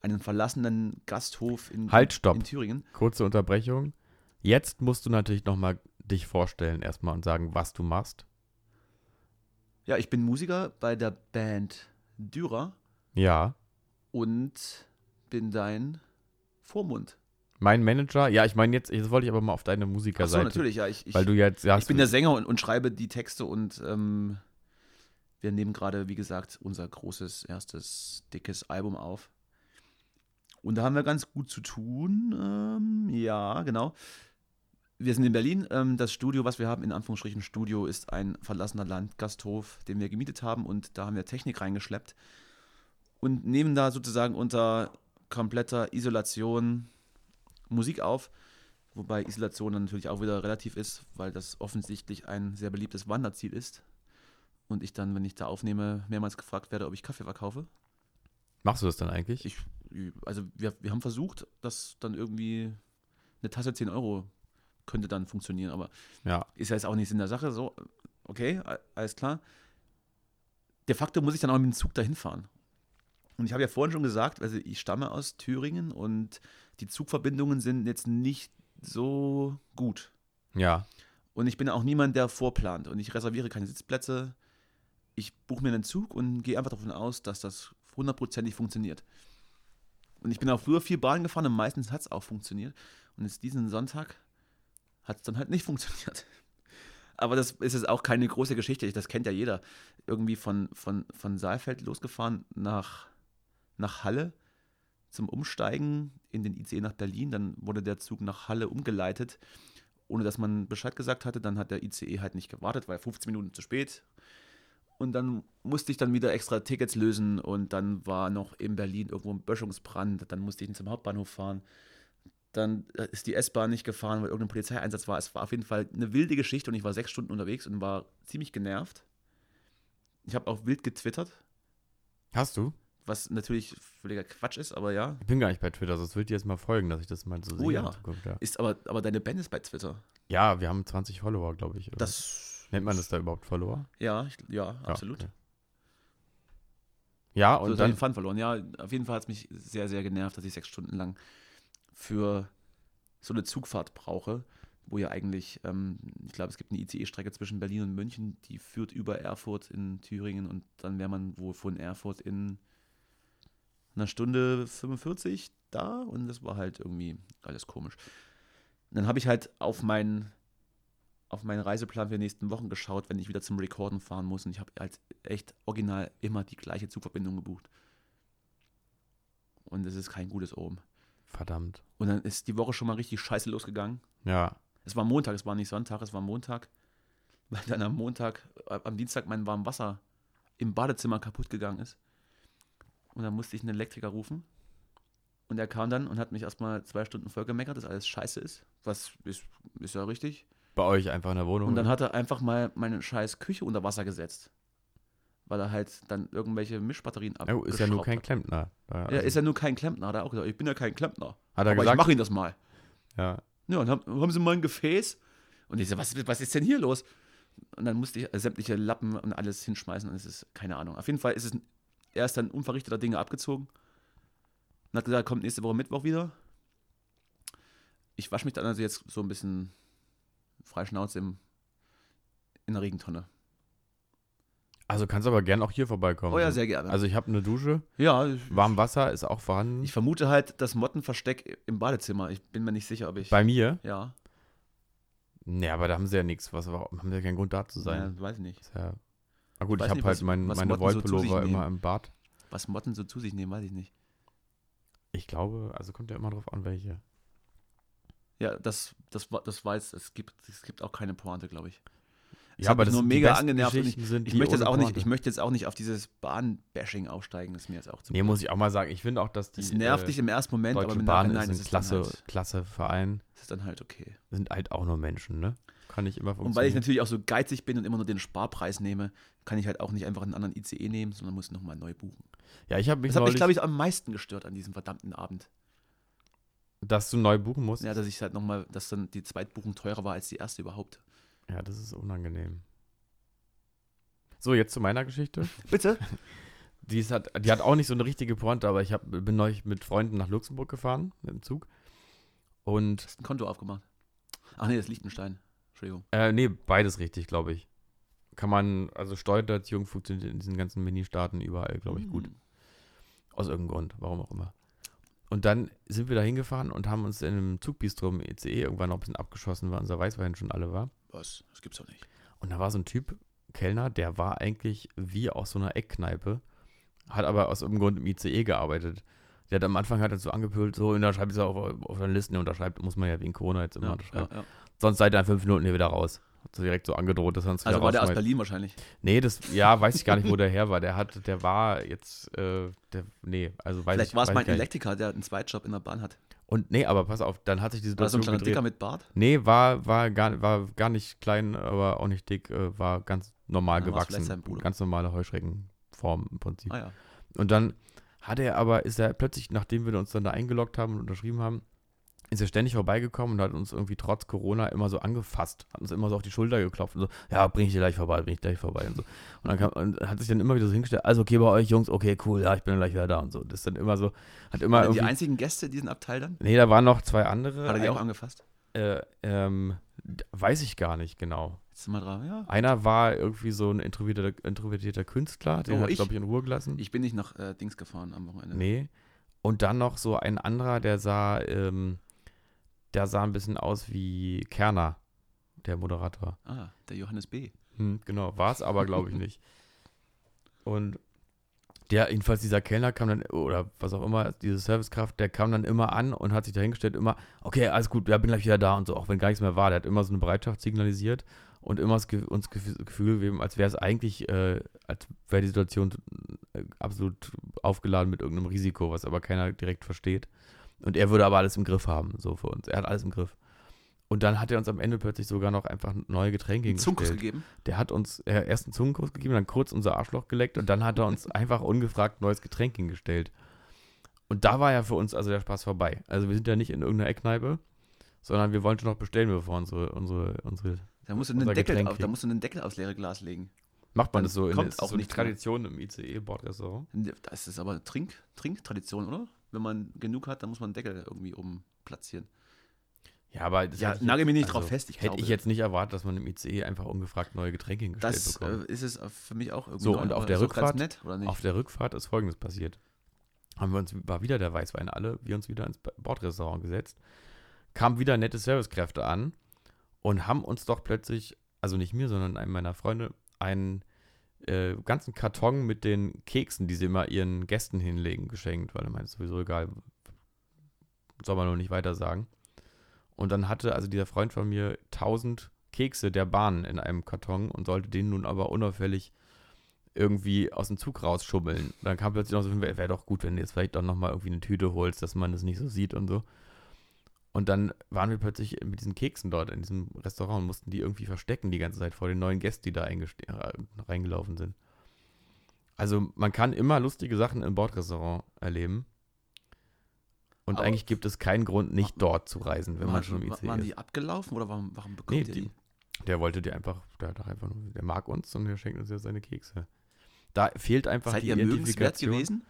einem verlassenen Gasthof in,
Halt, stopp.
in Thüringen.
Kurze Unterbrechung. Jetzt musst du natürlich nochmal dich vorstellen erstmal und sagen, was du machst.
Ja, ich bin Musiker bei der Band Dürer
Ja.
und bin dein Vormund.
Mein Manager, ja, ich meine jetzt, jetzt wollte ich aber mal auf deine
Ach so,
Musikerseite.
natürlich, ja. Ich, ich,
Weil du jetzt, ja,
ich bin der Sänger und, und schreibe die Texte und ähm, wir nehmen gerade, wie gesagt, unser großes, erstes, dickes Album auf. Und da haben wir ganz gut zu tun. Ähm, ja, genau. Wir sind in Berlin. Ähm, das Studio, was wir haben, in Anführungsstrichen Studio, ist ein verlassener Landgasthof, den wir gemietet haben und da haben wir Technik reingeschleppt und nehmen da sozusagen unter kompletter Isolation Musik auf. Wobei Isolation dann natürlich auch wieder relativ ist, weil das offensichtlich ein sehr beliebtes Wanderziel ist. Und ich dann, wenn ich da aufnehme, mehrmals gefragt werde, ob ich Kaffee verkaufe.
machst du das dann eigentlich?
Ich, also wir, wir haben versucht, dass dann irgendwie eine Tasse 10 Euro könnte dann funktionieren, aber
ja.
ist ja jetzt auch nichts in der Sache. So, okay, a- alles klar. De facto muss ich dann auch mit dem Zug dahin fahren. Und ich habe ja vorhin schon gesagt, also ich stamme aus Thüringen und die Zugverbindungen sind jetzt nicht so gut.
Ja.
Und ich bin auch niemand, der vorplant. Und ich reserviere keine Sitzplätze. Ich buche mir einen Zug und gehe einfach davon aus, dass das hundertprozentig funktioniert. Und ich bin auch früher viel Bahn gefahren und meistens hat es auch funktioniert. Und jetzt diesen Sonntag hat es dann halt nicht funktioniert. Aber das ist jetzt auch keine große Geschichte. Das kennt ja jeder. Irgendwie von, von, von Saalfeld losgefahren nach, nach Halle zum Umsteigen in den ICE nach Berlin. Dann wurde der Zug nach Halle umgeleitet ohne dass man Bescheid gesagt hatte. Dann hat der ICE halt nicht gewartet, weil 15 Minuten zu spät. Und dann musste ich dann wieder extra Tickets lösen und dann war noch in Berlin irgendwo ein Böschungsbrand. Dann musste ich zum Hauptbahnhof fahren. Dann äh, ist die S-Bahn nicht gefahren, weil irgendein Polizeieinsatz war. Es war auf jeden Fall eine wilde Geschichte und ich war sechs Stunden unterwegs und war ziemlich genervt. Ich habe auch wild getwittert,
Hast du?
was natürlich völliger Quatsch ist, aber ja.
Ich bin gar nicht bei Twitter, sonst würde dir jetzt mal folgen, dass ich das mal so
Oh
sehe. in
ja.
Zukunft, ja.
Ist aber, aber deine Band ist bei Twitter.
ja, wir haben 20 Follower, glaube ich. oder?
Das.
Nennt man das da überhaupt Follower?
Ja, ich, ja, absolut.
Ja, okay. ja
Und
und
also
dann
dann den Fun verloren. Ja, auf jeden Fall hat es mich sehr, sehr genervt, dass ich sechs Stunden lang für so eine Zugfahrt brauche, wo ja eigentlich, ähm, ich glaube, es gibt eine ICE-Strecke zwischen Berlin und München, die führt über Erfurt in Thüringen und dann wäre man wohl von Erfurt in einer Stunde 45 da und das war halt irgendwie alles komisch. Und dann habe ich halt auf meinen auf meinen Reiseplan für die nächsten Wochen geschaut, wenn ich wieder zum Recorden fahren muss und ich habe halt echt original immer die gleiche Zugverbindung gebucht. Und es ist kein gutes Oben.
Verdammt.
Und dann ist die Woche schon mal richtig scheiße losgegangen.
Ja.
Es war Montag, es war nicht Sonntag, es war Montag. Weil dann am Montag, äh, am Dienstag mein warmes Wasser im Badezimmer kaputt gegangen ist. Und dann musste ich einen Elektriker rufen. Und er kam dann und hat mich erstmal zwei Stunden voll gemeckert, dass alles scheiße ist. Was ist, ist ja richtig.
Bei euch einfach in der Wohnung.
Und dann hat er einfach mal meine scheiß Küche unter Wasser gesetzt. Weil er halt dann irgendwelche Mischbatterien
ja,
abgeschraubt
ist ja nur kein
hat.
Klempner. Da-
Ja, ist ja nur kein Klempner, hat er auch gesagt. Ich bin ja kein Klempner.
hat er
Aber ich
gesagt.
mache ihn das mal.
Ja.
Ja, dann haben, haben sie mal ein Gefäß Und ich so, was, was ist denn hier los? Und dann musste ich äh, sämtliche Lappen und alles hinschmeißen und es ist, keine Ahnung. Auf jeden Fall ist es, er ist dann unverrichteter Dinge abgezogen und hat gesagt, kommt nächste Woche Mittwoch wieder. Ich wasche mich dann also jetzt so ein bisschen freischnauze im, in der Regentonne.
Also kannst aber gern auch hier vorbeikommen.
Oh ja, sehr gerne.
Also ich habe eine Dusche,
ja, ich,
warm Wasser ist auch vorhanden.
ich vermute halt das Mottenversteck im Badezimmer. Ich bin mir nicht sicher, ob ich.
Bei mir?
ja,
Nee, aber da haben sie ja nichts. Was warum haben sie ja keinen Grund da zu sein?
ja, weiß ich nicht.
Ist ja. Na gut,
Weiß
ich habe
nicht,
halt
was-
mein,
was
meine
Motten so zu sich
Wollpullover immer
nehmen.
im Bad.
Was Motten so zu sich nehmen, weiß ich nicht.
Ich glaube, also kommt ja immer drauf an, welche.
Ja, das, das, war- das war jetzt, es gibt, es gibt auch keine Pointe, glaube ich. Es
Ja,
hat
aber
mich
das
nur
die
mega
besten
angenervt und
Geschichten sind
Ich
die
möchte, jetzt
ohne
auch nicht,
Pointe.
ich möchte jetzt auch nicht auf dieses Bahnbashing aufsteigen, das ist mir jetzt auch zu.
nee, muss ich auch mal sagen, ich finde auch, dass die
das nervt dich im ersten
äh,
Moment, aber
Deutsche
im
Bahn
Nachhinein
ist ein
ist es,
klasse,
dann halt,
klasse Verein.
ist es dann halt okay.
Sind halt auch nur Menschen, ne? Kann nicht immer
Und weil
funktionieren.
ich natürlich auch so geizig bin und immer nur den Sparpreis nehme, kann ich halt auch nicht einfach einen anderen ICE nehmen, sondern muss nochmal neu buchen.
ja, ich habe mich
Das hat mich,
neulich,
glaube ich, am meisten gestört an diesem verdammten Abend.
dass du neu buchen musst.
Ja, dass ich halt nochmal, dass dann die Zweitbuchung teurer war als die erste überhaupt.
Ja, das ist unangenehm. So, jetzt zu meiner Geschichte.
Bitte?
Die, ist hat, die hat auch nicht so eine richtige Pointe, aber ich hab, bin neulich mit Freunden nach Luxemburg gefahren, mit dem Zug. Und,
Hast ein Konto aufgemacht. Ach nee, das ist Liechtenstein. Entschuldigung.
äh, nee, beides richtig, glaube ich. Kann man, also Steuererziehung funktioniert in diesen ganzen Mini-Staaten überall, glaube ich, gut.
Hm.
Aus irgendeinem Grund, warum auch immer. Und dann sind wir da hingefahren und haben uns in einem Zugbistro im ECE irgendwann noch ein bisschen abgeschossen, weil unser Weißwein schon alle war.
Was? Das gibt's doch nicht.
Und da war so ein Typ, Kellner, der war eigentlich wie aus so einer Eckkneipe, hat aber aus irgendeinem Grund im ICE gearbeitet. Der hat am Anfang hat er so angepölt, so, unterschreibt es auf, auf deine Listen, unterschreibt, muss man ja wegen Corona jetzt immer
Ja,
unterschreiben.
ja, ja.
Sonst seid ihr in fünf Minuten hier wieder raus. Hat so direkt so angedroht, dass er uns
Also
wieder
war der aus
rausschmeißt.
Berlin wahrscheinlich.
Nee, das, ja, weiß ich gar nicht, wo der her war. Der hat, der war jetzt, äh, der, nee, also weiß
Vielleicht
ich
war es
weiß
mein
ich gar nicht.
Elektriker, der einen Zweitjob in der Bahn hat.
Und nee, aber pass auf, dann hat sich die
War so
Situation
ein kleiner
gedreht.
Dicker mit Bart?
Nee, war, war, gar, war gar nicht klein, aber auch nicht dick, äh, war ganz normal
Dann war's
gewachsen.
vielleicht sein Bruder.
Ganz normale Heuschreckenform im Prinzip.
Ah ja.
Und dann hat er aber, ist er plötzlich, nachdem wir uns dann da eingeloggt haben und unterschrieben haben, ist er ständig vorbeigekommen und hat uns irgendwie trotz Corona immer so angefasst, hat uns immer so auf die Schulter geklopft und so, ja, bring ich dir gleich vorbei, bring ich gleich vorbei und so. Und dann kam, und hat sich dann immer wieder so hingestellt, also okay bei euch Jungs, okay, cool, ja, ich bin dann gleich wieder da und so. Das ist dann immer so, hat immer
Waren die
irgendwie,
einzigen Gäste in diesem Abteil dann?
nee, da waren noch zwei andere.
Hat er die auch
Ein-
angefasst?
äh, ähm, d- weiß ich gar nicht genau.
Jetzt sind wir dran. Ja.
Einer war irgendwie so ein introvertierter, introvertierter Künstler, den
Oh,
hat
ich?
glaube ich in Ruhe gelassen.
Ich bin nicht nach äh, Dings gefahren am Wochenende.
Nee. Und dann noch so ein anderer, der sah, ähm, der sah ein bisschen aus wie Kerner, der Moderator.
Ah, der Johannes B.
Hm, genau, war es aber, glaube ich, nicht. Und der, jedenfalls dieser Kellner kam dann, oder was auch immer, diese Servicekraft, der kam dann immer an und hat sich dahingestellt, immer, okay, alles gut, ja, bin gleich wieder da und so, auch wenn gar nichts mehr war. Der hat immer so eine Bereitschaft signalisiert und immer das Ge- uns Gef- Gefühl gegeben, als wäre es eigentlich, äh, als wäre die Situation äh, absolut aufgeladen mit irgendeinem Risiko, was aber keiner direkt versteht. Und er würde aber alles im Griff haben, so für uns. Er hat alles im Griff. Und dann hat er uns am Ende plötzlich sogar noch einfach neue Getränke
Einen Zunkus
hingestellt.
gegeben.
Der hat uns äh, erst einen Zungenkuss gegeben, dann kurz unser Arschloch geleckt und dann hat er uns einfach ungefragt neues Getränk hingestellt. Und da war ja für uns also der Spaß vorbei. Also wir sind ja nicht in irgendeiner Eckkneipe, sondern wir wollten schon noch bestellen, bevor unsere, unsere, unsere
Da musst, du einen
Unser
Deckel
Getränk
auf, da
kriegen.
musst du einen Deckel aufs leere Glas legen.
macht man
Dann
das so in
kommt
ist
auch
so eine
nichts mehr.
Tradition im ICE-Bordrestaurant.
Das ist aber Trink, Trinktradition, oder? Wenn man genug hat, dann muss man einen Deckel irgendwie oben platzieren.
Ja, aber das
Ja,
hätte ich jetzt-
nagel
also
mich nicht drauf fest, ich
hätte
glaube.
ich jetzt nicht erwartet, dass man im ICE einfach ungefragt neue Getränke hingestellt
Das
bekommt.
äh, ist es für mich auch irgendwie.
So,
neu,
und auf
aber
der
ist doch
Rückfahrt-
Ganz nett, oder nicht?
Auf der Rückfahrt ist Folgendes passiert. Haben wir uns, war wieder der Weißwein alle, wir uns wieder ins Bordrestaurant gesetzt, kamen wieder nette Servicekräfte an und haben uns doch plötzlich, also nicht mir, sondern einem meiner Freunde, einen äh, ganzen Karton mit den Keksen, die sie immer ihren Gästen hinlegen, geschenkt, weil er meint, ist sowieso egal, soll man noch nicht weiter sagen. Und dann hatte also dieser Freund von mir 1000 Kekse der Bahn in einem Karton und sollte den nun aber unauffällig irgendwie aus dem Zug rausschummeln. Und dann kam plötzlich noch so, wäre doch gut, wenn du jetzt vielleicht doch nochmal irgendwie eine Tüte holst, dass man das nicht so sieht und so. Und dann waren wir plötzlich mit diesen Keksen dort in diesem Restaurant und mussten die irgendwie verstecken die ganze Zeit vor den neuen Gästen, die da eingeste- äh, reingelaufen sind. Also man kann immer lustige Sachen im Bordrestaurant erleben. Und
Aber-
eigentlich gibt es keinen Grund, nicht dort zu reisen, wenn man schon um im ICE
Waren
E ist.
die abgelaufen oder warum, warum bekommt
Nee,
ihr
die-
die?
Der wollte dir einfach, der, hat einfach nur, der mag uns und der schenkt uns ja seine Kekse. Da fehlt einfach
Seid
die
ihr mögenswert
Identifikation.
gewesen?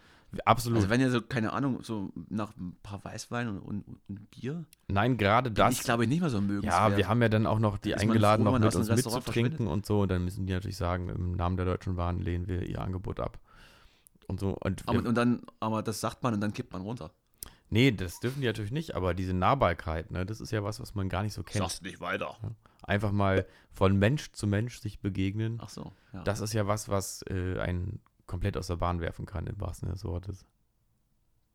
Absolut.
Also wenn ihr so, keine Ahnung, so nach ein paar Weißwein und, und, und Bier,
Nein, gerade das.
ich glaube nicht mal so mögenswert.
ja, wir haben ja dann auch noch die
Ist man
eingeladen,
froh,
noch
wenn man
mit
aus dem
uns
Restaurant
mitzutrinken und so. Und dann müssen die natürlich sagen, im Namen der Deutschen Bahn lehnen wir ihr Angebot ab. Und so. Und wir,
aber, und dann, aber das sagt man und dann kippt man runter.
nee, das dürfen die natürlich nicht, aber diese Nahbarkeit, ne, das ist ja was, was man gar nicht so kennt.
Sag's nicht weiter.
Einfach mal von Mensch zu Mensch sich begegnen.
Ach so. Ja.
Das ist ja was, was äh, einen komplett aus der Bahn werfen kann, im wahrsten Sinne des Wortes.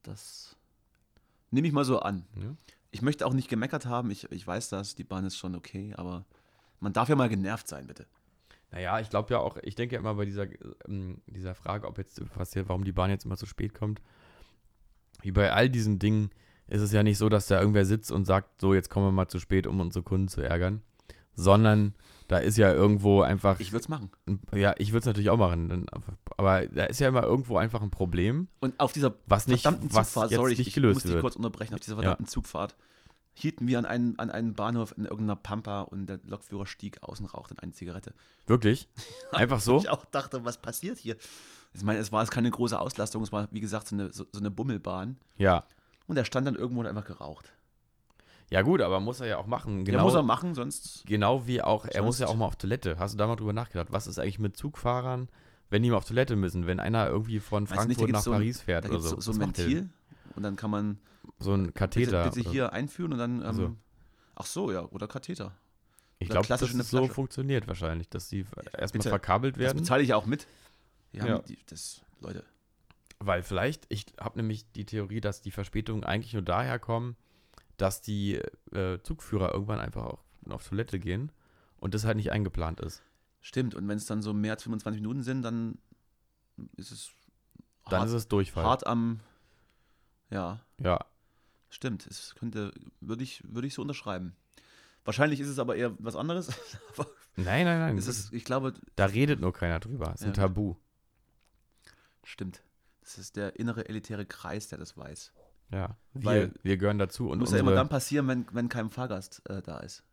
Das nehme ich mal so an.
Ja.
Ich möchte auch nicht gemeckert haben. Ich, ich weiß das, die Bahn ist schon okay, aber man darf ja mal genervt sein, bitte.
Naja, ich glaube ja auch, ich denke ja immer bei dieser, ähm, dieser Frage, ob jetzt passiert, warum die Bahn jetzt immer zu spät kommt. Wie bei all diesen Dingen ist es ja nicht so, dass da irgendwer sitzt und sagt, so, jetzt kommen wir mal zu spät, um unsere Kunden zu ärgern. Sondern da ist ja irgendwo einfach,
Ich würde es machen.
ja, ich würde es natürlich auch machen, dann, aber da ist ja immer irgendwo einfach ein Problem,
Und auf dieser
was nicht,
verdammten
was
Zugfahrt,
jetzt
sorry,
nicht
ich muss
gelöst
dich
wird.
kurz unterbrechen, auf dieser verdammten Zugfahrt hielten wir an einem, an einem Bahnhof in irgendeiner Pampa und der Lokführer stieg aus und rauchte eine Zigarette.
Wirklich? Einfach so?
Ich auch dachte, was passiert hier? Ich meine, es war jetzt keine große Auslastung, es war, wie gesagt, so eine, so, so eine Bummelbahn.
Ja.
Und er stand dann irgendwo und hat einfach geraucht.
Ja gut, aber muss er ja auch machen.
Genau. Ja, muss er machen, sonst
Genau wie auch, er muss ja
Sonst-
auch mal auf Toilette. Hast du da mal drüber nachgedacht? Was ist eigentlich mit Zugfahrern, wenn die mal auf Toilette müssen? Wenn einer irgendwie von
Weißt du nicht,
Frankfurt
da gibt's
nach
so ein-
Paris fährt
da
oder
gibt es
so.
so, so
Was
ein
macht der denn?
Ventil und dann kann man
So ein Katheter.
bitte, bitte
oder-
hier einführen und dann. Ähm,
Also.
Ach so, ja, oder Katheter.
ich
oder
glaube, das
klassisch eine
ist so
Flasche.
funktioniert wahrscheinlich, dass die erstmal
Bitte.
verkabelt
Das
werden.
bezahle ich ja auch mit. Ja,
Ja.
Die, das, Leute.
Weil vielleicht, ich habe nämlich die Theorie, dass die Verspätungen eigentlich nur daher kommen, dass die äh, Zugführer irgendwann einfach auch auf Toilette gehen und das halt nicht eingeplant ist.
Stimmt, und wenn es dann so mehr als 25 Minuten sind, dann ist es
Dann
hart,
ist es Durchfall.
hart am. Ja,
Ja,
stimmt. Es könnte, würde ich, würde ich so unterschreiben. Wahrscheinlich ist es aber eher was anderes. aber
Nein, nein, nein.
es ist, ich glaube,
da redet nur keiner drüber. Es ist
Ja,
ein Tabu.
gut. stimmt. Das ist der innere elitäre Kreis, der das weiß.
Ja. Wir,
Weil-
wir gehören dazu und
Muss
unsere,
ja immer dann passieren, wenn, wenn kein Fahrgast äh, da ist.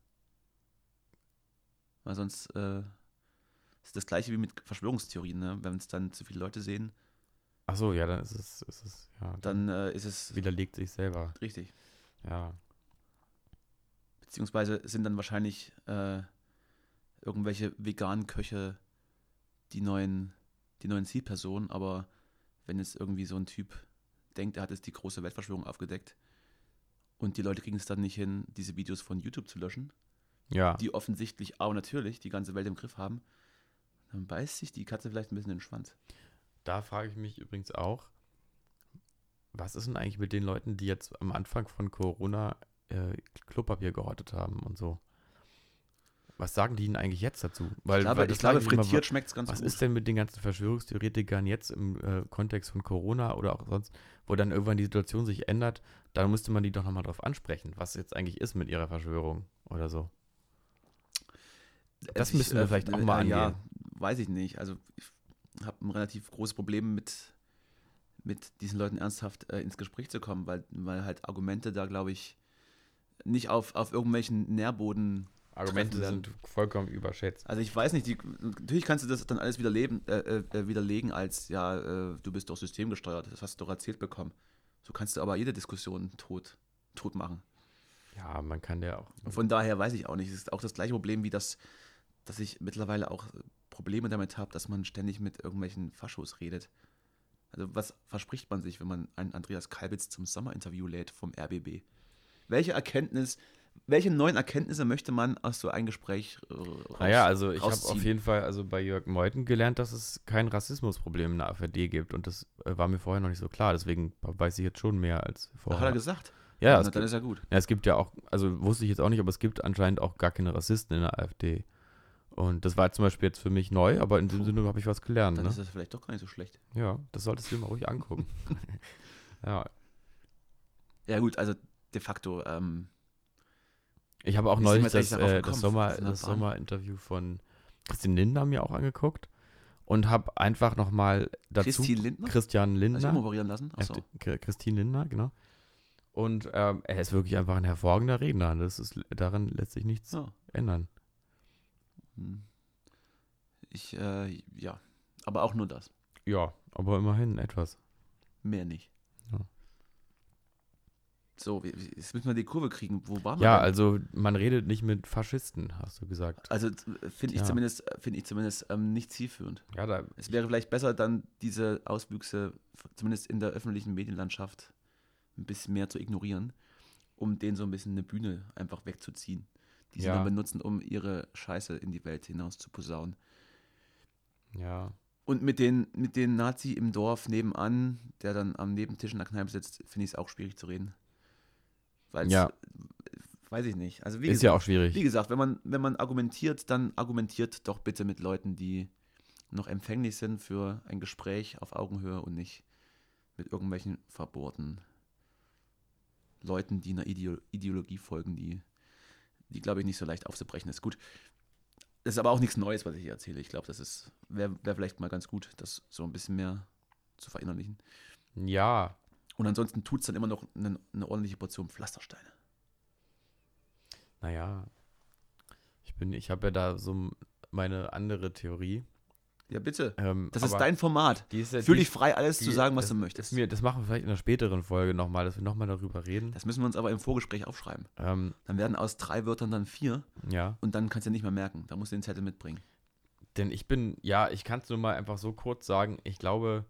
Weil sonst äh, ist das gleiche wie mit Verschwörungstheorien. Ne? Wenn es dann zu viele Leute sehen,
Ach so, ja, dann ist es, ist es ja, dann
dann äh, ist es
widerlegt sich selber.
richtig.
Ja.
Beziehungsweise sind dann wahrscheinlich äh, irgendwelche veganen Köche die neuen, die neuen Zielpersonen. Aber wenn jetzt irgendwie so ein Typ denkt, er hat jetzt die große Weltverschwörung aufgedeckt und die Leute kriegen es dann nicht hin, diese Videos von YouTube zu löschen,
Ja.
die offensichtlich auch natürlich die ganze Welt im Griff haben, dann beißt sich die Katze vielleicht ein bisschen in den Schwanz.
da frage ich mich übrigens auch, was ist denn eigentlich mit den Leuten, die jetzt am Anfang von Corona äh, Klopapier gehortet haben und so? Was sagen die denn eigentlich jetzt dazu? Weil,
Ich glaube,
weil
ich
das
glaube
frage mich immer,
frittiert schmeckt es ganz
Was
gut.
ist denn mit den ganzen Verschwörungstheoretikern jetzt im äh, Kontext von Corona oder auch sonst, wo dann irgendwann die Situation sich ändert? Da müsste man die doch nochmal drauf ansprechen, was jetzt eigentlich ist mit ihrer Verschwörung oder so. das
Also ich,
müssen wir
äh,
vielleicht auch mal
äh, Ja,
angehen.
weiß ich nicht. Also ich habe ein relativ großes Problem mit, mit diesen Leuten ernsthaft äh, ins Gespräch zu kommen, weil, weil halt Argumente da, glaube ich, nicht auf, auf irgendwelchen Nährboden.
Argumente
Treffen
sind vollkommen überschätzt.
Also ich weiß nicht, die, natürlich kannst du das dann alles widerleben, äh, äh, widerlegen als, ja, äh, du bist doch systemgesteuert, das hast du doch erzählt bekommen. So kannst du aber jede Diskussion tot, tot machen.
Ja, man kann der auch.
Von daher weiß ich auch nicht. Es ist auch das gleiche Problem wie das, dass ich mittlerweile auch Probleme damit habe, dass man ständig mit irgendwelchen Faschos redet. Also was verspricht man sich, wenn man einen Andreas Kalbitz zum Sommerinterview lädt vom RBB? Welche Erkenntnis, welche neuen Erkenntnisse möchte man aus so einem Gespräch äh, raus?
Naja, also ich habe auf
rausziehen.
jeden Fall also bei Jörg Meuthen gelernt, dass es kein Rassismusproblem in der AfD gibt. Und das äh, war mir vorher noch nicht so klar. Deswegen weiß ich jetzt schon mehr als
Hat er
vorher.
gesagt?
ja, es
Na,
gibt,
dann ist ja gut.
Ja, es gibt ja auch, also wusste ich jetzt auch nicht, aber es gibt anscheinend auch gar keine Rassisten in der AfD. Und das war zum Beispiel jetzt für mich neu, aber in dem
Puh.
Sinne habe ich was gelernt.
Dann
Ne?
ist das vielleicht doch gar nicht so schlecht.
Ja, das solltest du dir mal ruhig angucken. ja,
Ja gut, also de facto, ähm,
ich habe auch
Wie sind wir
neulich
jetzt eigentlich
das,
darauf
äh,
gekommen?
das, Sommer,
Von der
das
Bahn?
Sommerinterview von Christian Lindner mir auch angeguckt und habe einfach nochmal dazu
Christine Lindner?
Christian
Hast du
Lindner,
operieren lassen? Achso.
FD Christine Lindner, genau, Und ähm, er ist wirklich einfach ein hervorragender Redner. Das ist, daran lässt sich nichts
Ja.
ändern.
Hm. Ich, äh, ja. Aber auch nur das.
Ja, aber immerhin etwas.
Mehr nicht.
Ja.
So, wie- wie- jetzt müssen wir die Kurve kriegen. Wo waren wir?
Ja,
denn?
also man redet nicht mit Faschisten, hast du gesagt.
also äh, finde ich
Ja.
zumindest, finde ich zumindest ähm, nicht zielführend.
Ja, da,
Es wäre vielleicht besser, dann diese Auswüchse, f- zumindest in der öffentlichen Medienlandschaft, ein bisschen mehr zu ignorieren, um denen so ein bisschen eine Bühne einfach wegzuziehen. Die sie
Ja.
dann benutzen, um ihre Scheiße in die Welt hinaus zu posaunen.
ja.
Und mit den, mit den Nazi im Dorf nebenan, der dann am Nebentisch in der Kneipe sitzt, finde ich es auch schwierig zu reden. Weil
Ja.
weiß ich nicht. Also wie,
Ist
gesagt,
ja auch schwierig.
wie gesagt, wenn man, wenn man argumentiert, dann argumentiert doch bitte mit Leuten, die noch empfänglich sind für ein Gespräch auf Augenhöhe und nicht mit irgendwelchen verbohrten Leuten, die einer Ideo Ideologie folgen, die, die glaube ich, nicht so leicht aufzubrechen ist. Gut, das ist aber auch nichts Neues, was ich hier erzähle. Ich glaube, das ist wäre wär vielleicht mal ganz gut, das so ein bisschen mehr zu verinnerlichen.
Ja,
Und ansonsten tut es dann immer noch eine, eine ordentliche Portion Pflastersteine.
naja. Ich bin, ich habe ja da so m- meine andere Theorie.
Ja, bitte.
Ähm,
Das ist
aber
dein Format.
die ist ja-
Fühl
die-
dich frei, alles zu
die-
sagen, was
das
du
Ist
möchtest.
mir, das machen wir vielleicht in einer späteren Folge nochmal, dass wir nochmal darüber reden.
Das müssen wir uns aber im Vorgespräch aufschreiben.
Ähm,
Dann werden aus drei Wörtern dann vier
ja,
und dann kannst du nicht mehr merken. Da musst du den Zettel mitbringen.
denn ich bin, ja, ich kann es nur mal einfach so kurz sagen. Ich glaube,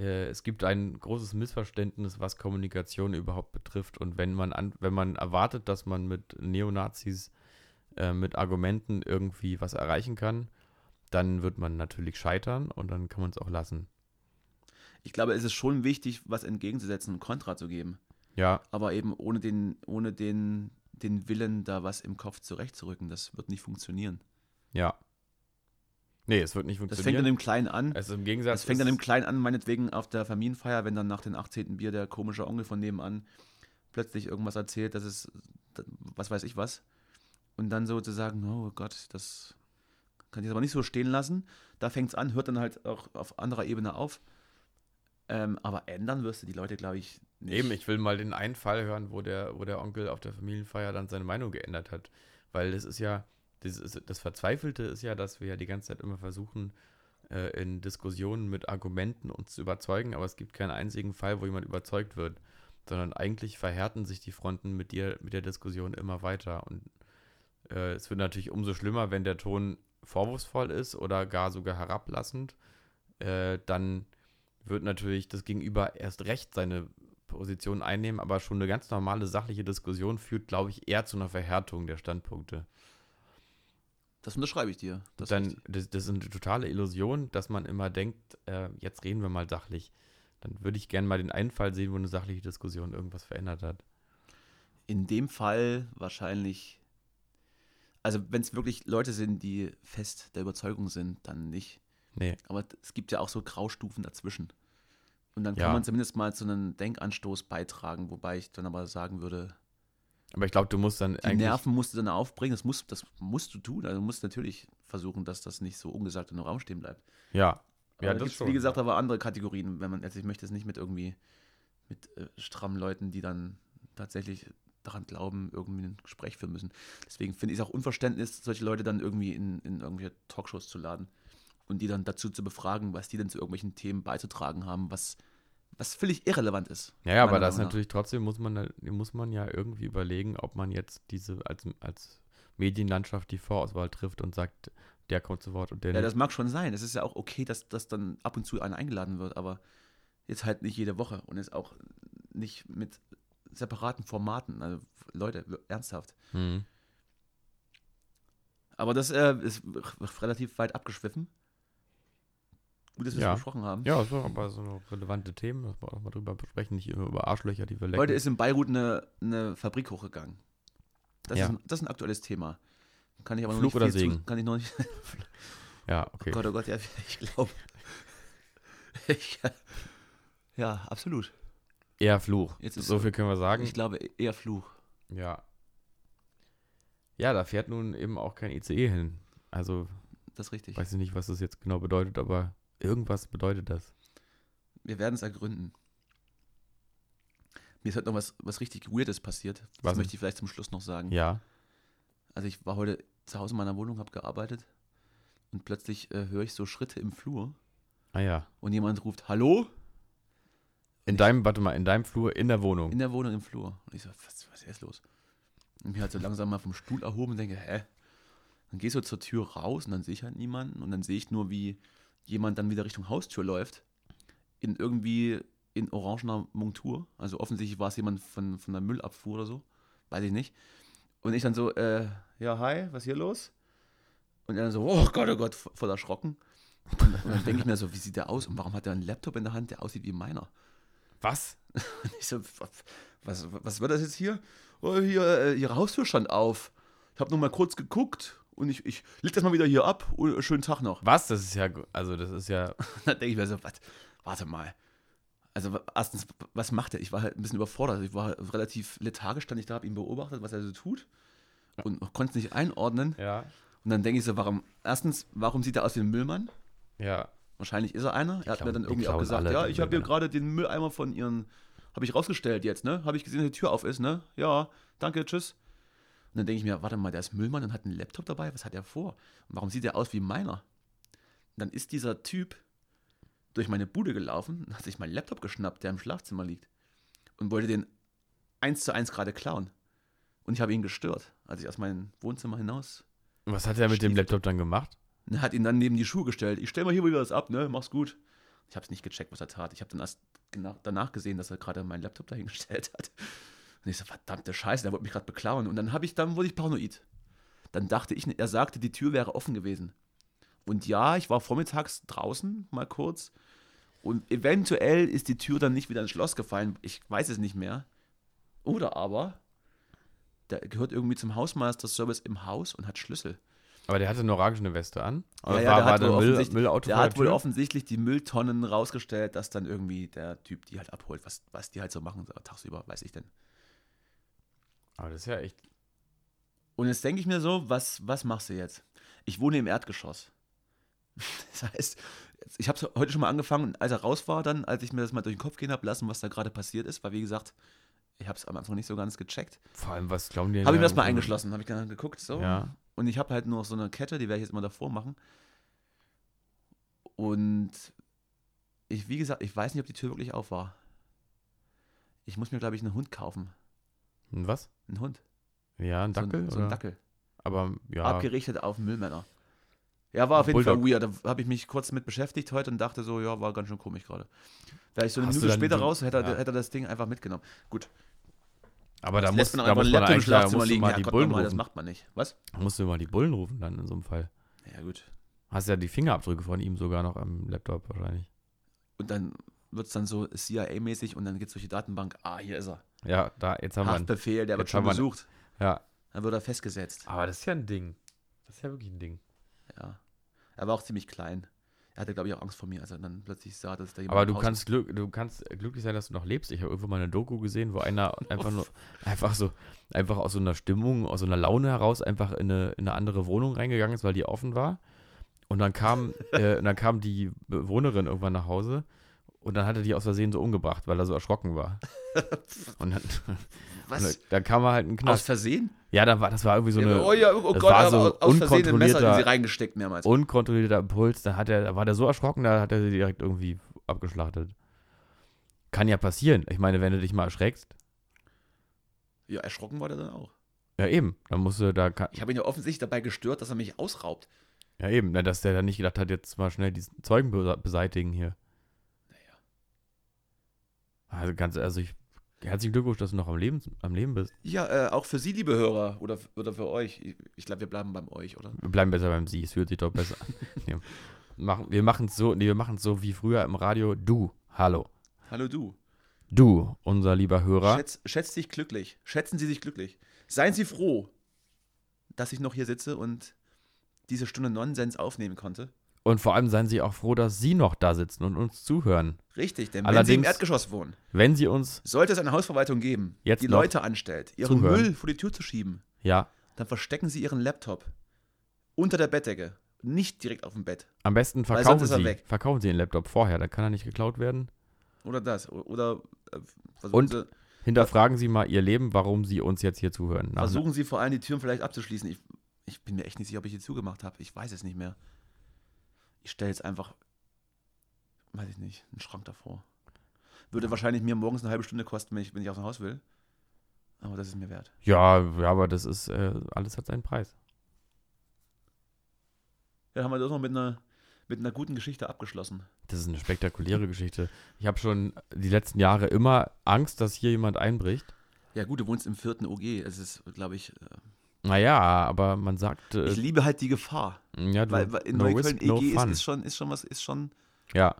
äh, es gibt ein großes Missverständnis, was Kommunikation überhaupt betrifft. Und wenn man, an, wenn man erwartet, dass man mit Neonazis äh, mit Argumenten irgendwie was erreichen kann, dann wird man natürlich scheitern und dann kann man es auch lassen.
Ich glaube, es ist schon wichtig, was entgegenzusetzen und Kontra zu geben.
Ja,
Aber eben ohne den, ohne den, den Willen, da was im Kopf zurechtzurücken, das wird nicht funktionieren.
ja. Nee, es wird nicht
Das fängt
funktionieren.
an im Kleinen an.
also im Gegensatz.
Das fängt dann
ist-
im Kleinen an, meinetwegen auf der Familienfeier, wenn dann nach dem 18. Bier der komische Onkel von nebenan plötzlich irgendwas erzählt, das ist, was weiß ich was. Und dann so zu sagen, oh Gott, das kann ich jetzt aber nicht so stehen lassen. Da fängt es an, hört dann halt auch auf anderer Ebene auf. Ähm, aber ändern wirst du die Leute, glaube ich, nicht.
Eben, ich will mal den einen Fall hören, wo der, wo der Onkel auf der Familienfeier dann seine Meinung geändert hat. Weil das ist ja, das, ist, das Verzweifelte ist ja, dass wir ja die ganze Zeit immer versuchen, äh, in Diskussionen mit Argumenten uns zu überzeugen, aber es gibt keinen einzigen Fall, wo jemand überzeugt wird. Sondern eigentlich verhärten sich die Fronten mit dir, mit der Diskussion immer weiter. Und äh, es wird natürlich umso schlimmer, wenn der Ton vorwurfsvoll ist oder gar sogar herablassend, äh, dann wird natürlich das Gegenüber erst recht seine Position einnehmen, aber schon eine ganz normale sachliche Diskussion führt, glaube ich, eher zu einer Verhärtung der Standpunkte.
Das unterschreibe ich dir. Das ist
Dann,
richtig.
das, das ist eine totale Illusion, dass man immer denkt, äh, jetzt reden wir mal sachlich. Dann würde ich gerne mal den einen Fall sehen, wo eine sachliche Diskussion irgendwas verändert hat.
In dem Fall wahrscheinlich, also wenn es wirklich Leute sind, die fest der Überzeugung sind, dann nicht.
Nee,
Aber es gibt ja auch so Graustufen dazwischen. Und dann kann
Ja.
man zumindest mal zu einem Denkanstoß beitragen, wobei ich dann aber sagen würde,
aber ich glaube, du musst dann
die Nerven musst du dann aufbringen, das musst, das musst du tun. Also du musst natürlich versuchen, dass das nicht so ungesagt im Raum stehen bleibt.
Ja, ja,
Aber da
das
gibt's,
schon.
Wie gesagt, aber andere Kategorien, wenn man, also ich möchte es nicht mit irgendwie, mit äh, strammen Leuten, die dann tatsächlich daran glauben, irgendwie ein Gespräch führen müssen. Deswegen finde ich es auch Unverständnis, solche Leute dann irgendwie in, in irgendwelche Talkshows zu laden und die dann dazu zu befragen, was die denn zu irgendwelchen Themen beizutragen haben, was, was völlig irrelevant ist.
Ja, ja aber
meiner
das
Meinung nach.
natürlich trotzdem muss man da- muss man ja irgendwie überlegen, ob man jetzt diese als, als Medienlandschaft die Vorauswahl trifft und sagt, der kommt zu Wort und der
Ja,
nicht.
das mag schon sein. Es ist ja auch okay, dass, dass dann ab und zu einer eingeladen wird, aber jetzt halt nicht jede Woche und jetzt auch nicht mit separaten Formaten. Also, Leute, wir- ernsthaft.
Hm.
Aber das äh, ist r- relativ weit abgeschwiffen. Gut, dass wir es
Ja.
besprochen haben.
Ja, so, aber so relevante Themen, das wir auch mal drüber besprechen, nicht immer über Arschlöcher, die wir lecken.
Heute ist in Beirut eine, eine Fabrik hochgegangen. Das,
Ja.
ist ein, das ist ein aktuelles Thema. Kann ich aber noch
Flug
nicht
oder
viel
Segen?
Zu, kann ich noch nicht.
ja, okay.
Oh Gott, oh Gott, ja, ich glaube. Ich, ja, absolut.
Eher Fluch.
Jetzt ist-
so viel können wir sagen.
Ich glaube eher Fluch.
ja. Ja, da fährt nun eben auch kein ICE hin. Also,
Das ist richtig.
weiß ich nicht, was das jetzt genau bedeutet, aber irgendwas bedeutet das.
Wir werden es ergründen. Mir ist heute noch was, was richtig Weirdes passiert. Das
Was
möchte ich vielleicht zum Schluss noch sagen.
Ja.
Also ich war heute zu Hause in meiner Wohnung, habe gearbeitet und plötzlich äh, höre ich so Schritte im Flur
Ah ja.
und jemand ruft Hallo
In deinem, warte mal, in deinem Flur, in der Wohnung.
in der Wohnung im Flur. Und ich so, was, was ist jetzt los? Und mich halt so langsam mal vom Stuhl erhoben und denke, hä? Dann gehst du zur Tür raus und dann sehe ich halt niemanden und dann sehe ich nur, wie jemand dann wieder Richtung Haustür läuft. In irgendwie in orangener Montur. Also offensichtlich war es jemand von, von der Müllabfuhr oder so. Weiß ich nicht. Und ich dann so, äh, ja, hi, was hier los? Und er dann so, oh Gott, oh Gott, vo- voll erschrocken. Und, und dann denke ich mir so, wie sieht der aus? Und warum hat er einen Laptop in der Hand, der aussieht wie meiner?
Was?
Ich so, was, was wird das jetzt hier? Oh, hier, äh, ihre Haustür stand auf. Ich habe nur mal kurz geguckt und ich, ich leg das mal wieder hier ab und äh, schönen Tag noch.
Was? Das ist ja, also das ist ja,
Da denke ich mir so, was, warte mal. Also wa- erstens, was macht er? Ich war halt ein bisschen überfordert. Ich war relativ lethargisch, stand ich da, habe ihn beobachtet, was er so tut und konnte es nicht einordnen.
ja,
Und dann denke ich so, warum, erstens, warum sieht er aus wie ein Müllmann?
ja.
Wahrscheinlich ist er einer. Er hat mir
klauen-
dann
die
irgendwie auch
klauen
gesagt,
alle
ja,
den
ich habe hier
Müll, ja.
gerade den Mülleimer von ihren, habe ich rausgestellt jetzt, ne? Habe ich gesehen, dass die Tür auf ist, ne? Ja, danke, tschüss. Und dann denke ich mir, warte mal, der ist Müllmann und hat einen Laptop dabei, was hat er vor? Und warum sieht er aus wie meiner? Und dann ist dieser Typ durch meine Bude gelaufen und hat sich meinen Laptop geschnappt, der im Schlafzimmer liegt und wollte den eins zu eins gerade klauen. Und ich habe ihn gestört, als ich aus meinem Wohnzimmer hinaus
Und was hat er mit dem
Stiefel.
Laptop dann gemacht?
und Ne, hat ihn dann neben die Schuhe gestellt. Ich stell mal hier wieder das ab, ne? Mach's gut. Ich hab's nicht gecheckt, was er tat. Ich habe dann erst gena- danach gesehen, dass er gerade meinen Laptop dahingestellt hat. Und ich so, verdammte Scheiße, der wollte mich gerade beklauen. Und dann habe ich, dann wurde ich paranoid. Dann dachte ich, ne, er sagte, die Tür wäre offen gewesen. Und ja, ich war vormittags draußen, mal kurz. Und eventuell ist die Tür dann nicht wieder ins Schloss gefallen. Ich weiß es nicht mehr. Oder aber, der gehört irgendwie zum Hausmeister-Service im Haus und hat Schlüssel.
Aber der hatte eine orangene Weste an.
Ja,
Oder
ja, der hat wohl
Müll,
offensichtlich-
Müllauto
Der
vor
hat wohl
Tür?
offensichtlich die Mülltonnen rausgestellt, dass dann irgendwie der Typ die halt abholt, was, was die halt so machen, so tagsüber, weiß ich denn.
Aber das ist ja echt.
Und jetzt denke ich mir so, was, was machst du jetzt? Ich wohne im Erdgeschoss. Das heißt, jetzt- ich habe heute schon mal angefangen, und als er raus war, dann, als ich mir das mal durch den Kopf gehen habe lassen, was da gerade passiert ist, weil wie gesagt, ich habe es am Anfang nicht so ganz gecheckt.
Vor allem, was glauben die
Habe ich mir das mal eingeschlossen, habe ich dann geguckt, so,
Ja.
Und ich habe halt nur noch so eine Kette, die werde ich jetzt immer davor machen. Und ich, wie gesagt, ich weiß nicht, ob die Tür wirklich auf war. Ich muss mir, glaube ich, einen Hund kaufen.
Ein was?
Einen Hund.
Ja, ein Dackel?
so ein, so
oder?
ein Dackel.
Aber ja.
Abgerichtet auf Müllmänner. Ja, war auf
Ein
jeden Fall weird. Da habe ich mich kurz mit beschäftigt heute und dachte so, ja, war ganz schön komisch gerade. Wäre ich so eine
Hast du
Minute
dann
später
so-
raus, hätte, er-
ja.
hätte er das Ding einfach mitgenommen.
aber da
Das
muss,
lässt
da muss man eigentlich
einen Laptop im
da musst
Schlafzimmer
du
liegen.
mal
Ja,
die
Gott,
Bullen
nochmal, das
rufen.
macht man nicht. Was?
Musst du mal die Bullen rufen dann in so einem Fall.
Ja, gut.
Hast ja die Fingerabdrücke von ihm sogar noch am Laptop wahrscheinlich.
Und dann wird es dann so CIA-mäßig und dann geht es durch die Datenbank. Ah, hier ist er.
Ja, da, jetzt haben wir einen.
Haftbefehl, der wird
Jetzt
schon
haben wir einen.
besucht.
Ja.
Dann wird er festgesetzt.
Aber das ist ja ein Ding. Das ist ja wirklich ein Ding.
Ja. Er war auch ziemlich klein. Er hatte, glaube ich, auch Angst vor mir, als er dann plötzlich sah, dass da jemand.
Aber du
im Haus-
kannst, glück, du kannst äh, glücklich sein, dass du noch lebst. Ich habe irgendwo mal eine Doku gesehen, wo einer einfach nur, einfach so, einfach aus so einer Stimmung, aus so einer Laune heraus einfach in eine, in eine andere Wohnung reingegangen ist, weil die offen war. Und dann kam, äh, und dann kam die Bewohnerin irgendwann nach Hause und dann hat er die aus Versehen so umgebracht, weil er so erschrocken war. Und dann,
Was?
dann kam er halt ein
Aus
Knast.
Versehen?
Ja, dann war, das war irgendwie so eine.
oh ja, oh
das
Gott,
war
aber
so
aus- aus Versehen ein Messer,
unkontrollierter-
die sie reingesteckt mehrmals.
unkontrollierter Impuls, da hat er, da war der so erschrocken, da hat er sie direkt irgendwie abgeschlachtet. Kann ja passieren. Ich meine, wenn du dich mal erschreckst,
Ja, erschrocken war der dann auch.
ja eben, dann musst du da, ka-
Ich habe ihn ja offensichtlich dabei gestört, dass er mich ausraubt.
ja eben, na, dass der dann nicht gedacht hat, jetzt mal schnell diesen Zeugen bese- beseitigen hier. Naja. Also ganz, also ich, herzlichen Glückwunsch, dass du noch am Leben, am Leben bist.
Ja, äh, auch für Sie, liebe Hörer, oder, oder für euch. Ich, ich glaube, wir bleiben beim euch, oder?
Wir bleiben besser beim Sie, es fühlt sich doch besser an. Nee, machen, wir machen es so, nee, wir machen es so wie früher im Radio. Du, hallo.
Hallo du.
Du, unser lieber Hörer.
Schätz, schätzt dich glücklich. Schätzen Sie sich glücklich. Seien Sie froh, dass ich noch hier sitze und diese Stunde Nonsens aufnehmen konnte.
Und vor allem seien Sie auch froh, dass Sie noch da sitzen und uns zuhören.
Richtig, denn wenn Sie im
Allerdings-
Erdgeschoss wohnen,
Wenn Sie uns,
sollte es eine Hausverwaltung geben,
Jetzt
die
noch
Leute anstellt, ihren
zuhören.
Müll vor die Tür zu schieben,
ja,
dann verstecken Sie Ihren Laptop unter der Bettdecke, nicht direkt auf dem Bett.
am besten
Weil sonst
verkaufen
ist er
Sie,
weg.
verkaufen Sie den Laptop vorher, dann kann er nicht geklaut werden.
Oder das. o- Oder äh, versuchen
Und
Sie,
Hinterfragen Sie mal Ihr Leben, warum Sie uns jetzt hier zuhören. Nach- ne-,
Versuchen Sie vor allem die Türen vielleicht abzuschließen. Ich, ich bin mir echt nicht sicher, ob ich hier zugemacht habe. Ich weiß es nicht mehr. Ich stelle jetzt einfach, weiß ich nicht, einen Schrank davor. Würde wahrscheinlich mir morgens eine halbe Stunde kosten, wenn ich, wenn ich aus dem Haus will. Aber das ist mir wert.
Ja, ja, aber das ist, äh, alles hat seinen Preis.
Ja, haben wir das noch mit einer, mit einer guten Geschichte abgeschlossen.
Das ist eine spektakuläre Geschichte. Ich habe schon die letzten Jahre immer Angst, dass hier jemand einbricht.
Ja, gut, du wohnst im vierten OG. Es ist, glaube ich, äh,
Naja, aber man sagt, äh,
ich liebe halt die Gefahr.
ja, du,
Weil, weil in
no
Neukölln
risk, no
EG
fun.
ist, ist schon, ist schon was, ist schon.
ja.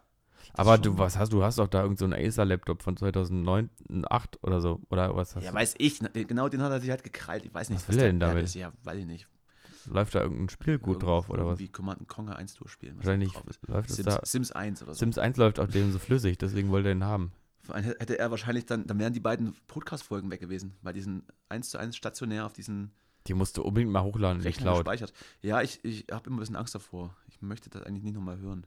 Aber
schon-
du, was hast du? Hast doch da irgendeinen so einen Acer-Laptop von 2009, 8 oder so. Oder was hast
Ja,
du?
weiß ich. na, den- Genau den hat er sich halt gekrallt. Ich weiß nicht,
Was will er denn
der wert
damit?
ist. Ja, weiß ich nicht.
Läuft da irgendein Spiel gut
Irgend-
drauf oder was?
Irgendwie Command Conquer 1 durchspielen. was da
Wahrscheinlich
drauf ist. also
läuft es
Sims,
da.
Sims 1 oder so.
Sims 1 läuft auf dem so flüssig, deswegen wollte er ihn haben.
Vor allem Hätte er wahrscheinlich dann, dann wären die beiden Podcast-Folgen weg gewesen, weil die sind 1 zu 1 stationär auf diesen
Die musst du unbedingt mal hochladen in die
Rechner
Cloud.
gespeichert. Ja, ich, ich habe immer ein bisschen Angst davor. Ich möchte das eigentlich nicht nochmal hören.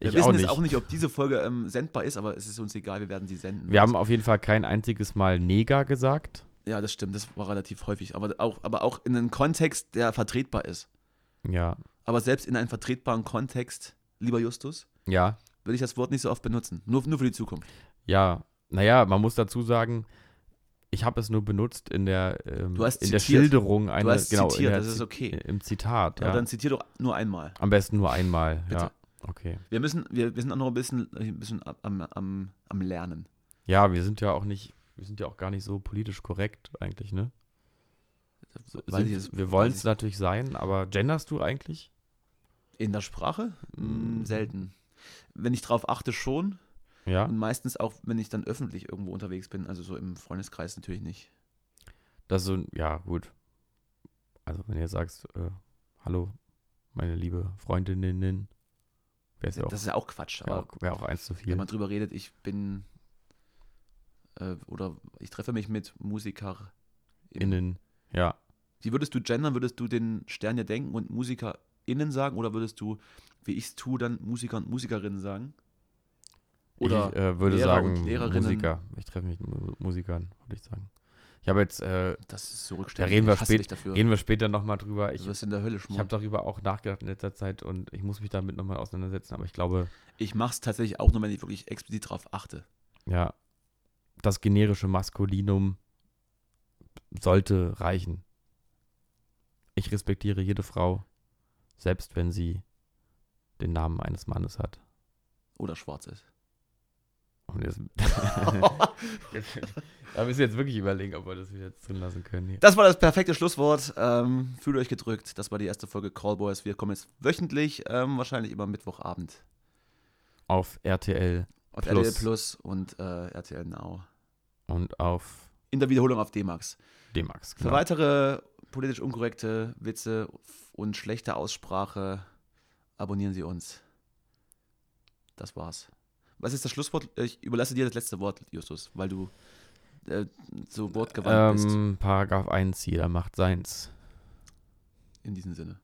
Wir
Ich
wissen
auch
jetzt
nicht.
auch nicht, ob diese Folge ähm, sendbar ist, aber es ist uns egal, wir werden sie senden.
Wir haben auf jeden Fall kein einziges Mal Neger gesagt.
ja, das stimmt, das war relativ häufig. Aber auch, aber auch in einem Kontext, der vertretbar ist.
Ja.
Aber selbst in einem vertretbaren Kontext, lieber Justus,
Ja.
würde ich das Wort nicht so oft benutzen. Nur, nur für die Zukunft.
Ja. Naja, man muss dazu sagen, ich habe es nur benutzt in der, ähm,
Du hast
in der
zitiert.
Schilderung
Du
einer
hast
genau, in
zitiert,
der
das ist
Zi-
okay.
Im Zitat,
Aber
ja.
dann zitier doch nur einmal.
Am besten nur einmal,
Bitte.
ja. Okay.
Wir müssen, wir, wir sind auch noch ein bisschen, ein bisschen ab- am, am, am Lernen.
Ja, wir sind ja auch nicht, wir sind ja auch gar nicht so politisch korrekt eigentlich, ne?
Weiß
Sind,
ich jetzt-
wir wollen
weiß
es natürlich sein, aber genderst du eigentlich?
ich- In der Sprache? Hm, selten. Wenn ich drauf achte, schon.
Ja.
Und meistens auch, wenn ich dann öffentlich irgendwo unterwegs bin. Also so im Freundeskreis natürlich nicht.
Das ist so, ein- ja, gut. Also, wenn du jetzt sagst, äh, hallo, meine liebe Freundinnen, wäre es ja auch,
Das ist ja auch Quatsch.
wär
Aber
auch, wär auch eins zu viel.
wenn man drüber redet, ich bin. Äh, oder ich treffe mich mit Musiker.
Innen, ja.
Wie würdest du gendern? Würdest du den Stern ja denken und MusikerInnen sagen? Oder würdest du, wie ich es tue, dann Musiker und Musikerinnen sagen? Oder
ich äh, würde
Lehrer
sagen,
und Lehrerinnen.
Musiker. Ich treffe mich mit Mu- Musikern, würde ich sagen. Ich habe jetzt, äh,
das ist so rückständig.
reden wir
ich hasse
spät-
dich dafür.
reden wir später nochmal drüber. Ich,
du wirst in der Hölle
ich habe
schmoren.
darüber auch nachgedacht in letzter Zeit und ich muss mich damit nochmal auseinandersetzen, aber ich glaube,
Ich mache es tatsächlich auch nur, wenn ich wirklich explizit drauf achte.
ja, das generische Maskulinum sollte reichen. Ich respektiere jede Frau, selbst wenn sie den Namen eines Mannes hat.
Oder schwarz ist.
Und jetzt, da müssen wir jetzt wirklich überlegen, ob wir das wieder jetzt drin lassen können. Hier.
das war das perfekte Schlusswort. Ähm, fühlt euch gedrückt. Das war die erste Folge Callboys. Wir kommen jetzt wöchentlich, ähm, wahrscheinlich immer Mittwochabend.
Auf RTL
Auf
Plus.
RTL Plus und äh, RTL Now.
und auf genau.
In der Wiederholung auf D-Max.
D-Max.
Für weitere politisch unkorrekte Witze und schlechte Aussprache abonnieren Sie uns. Das war's. Was ist das Schlusswort? Ich überlasse dir das letzte Wort, Justus, weil du äh, so wortgewandt bist.
Ähm, Paragraph 1, jeder macht seins.
In diesem Sinne.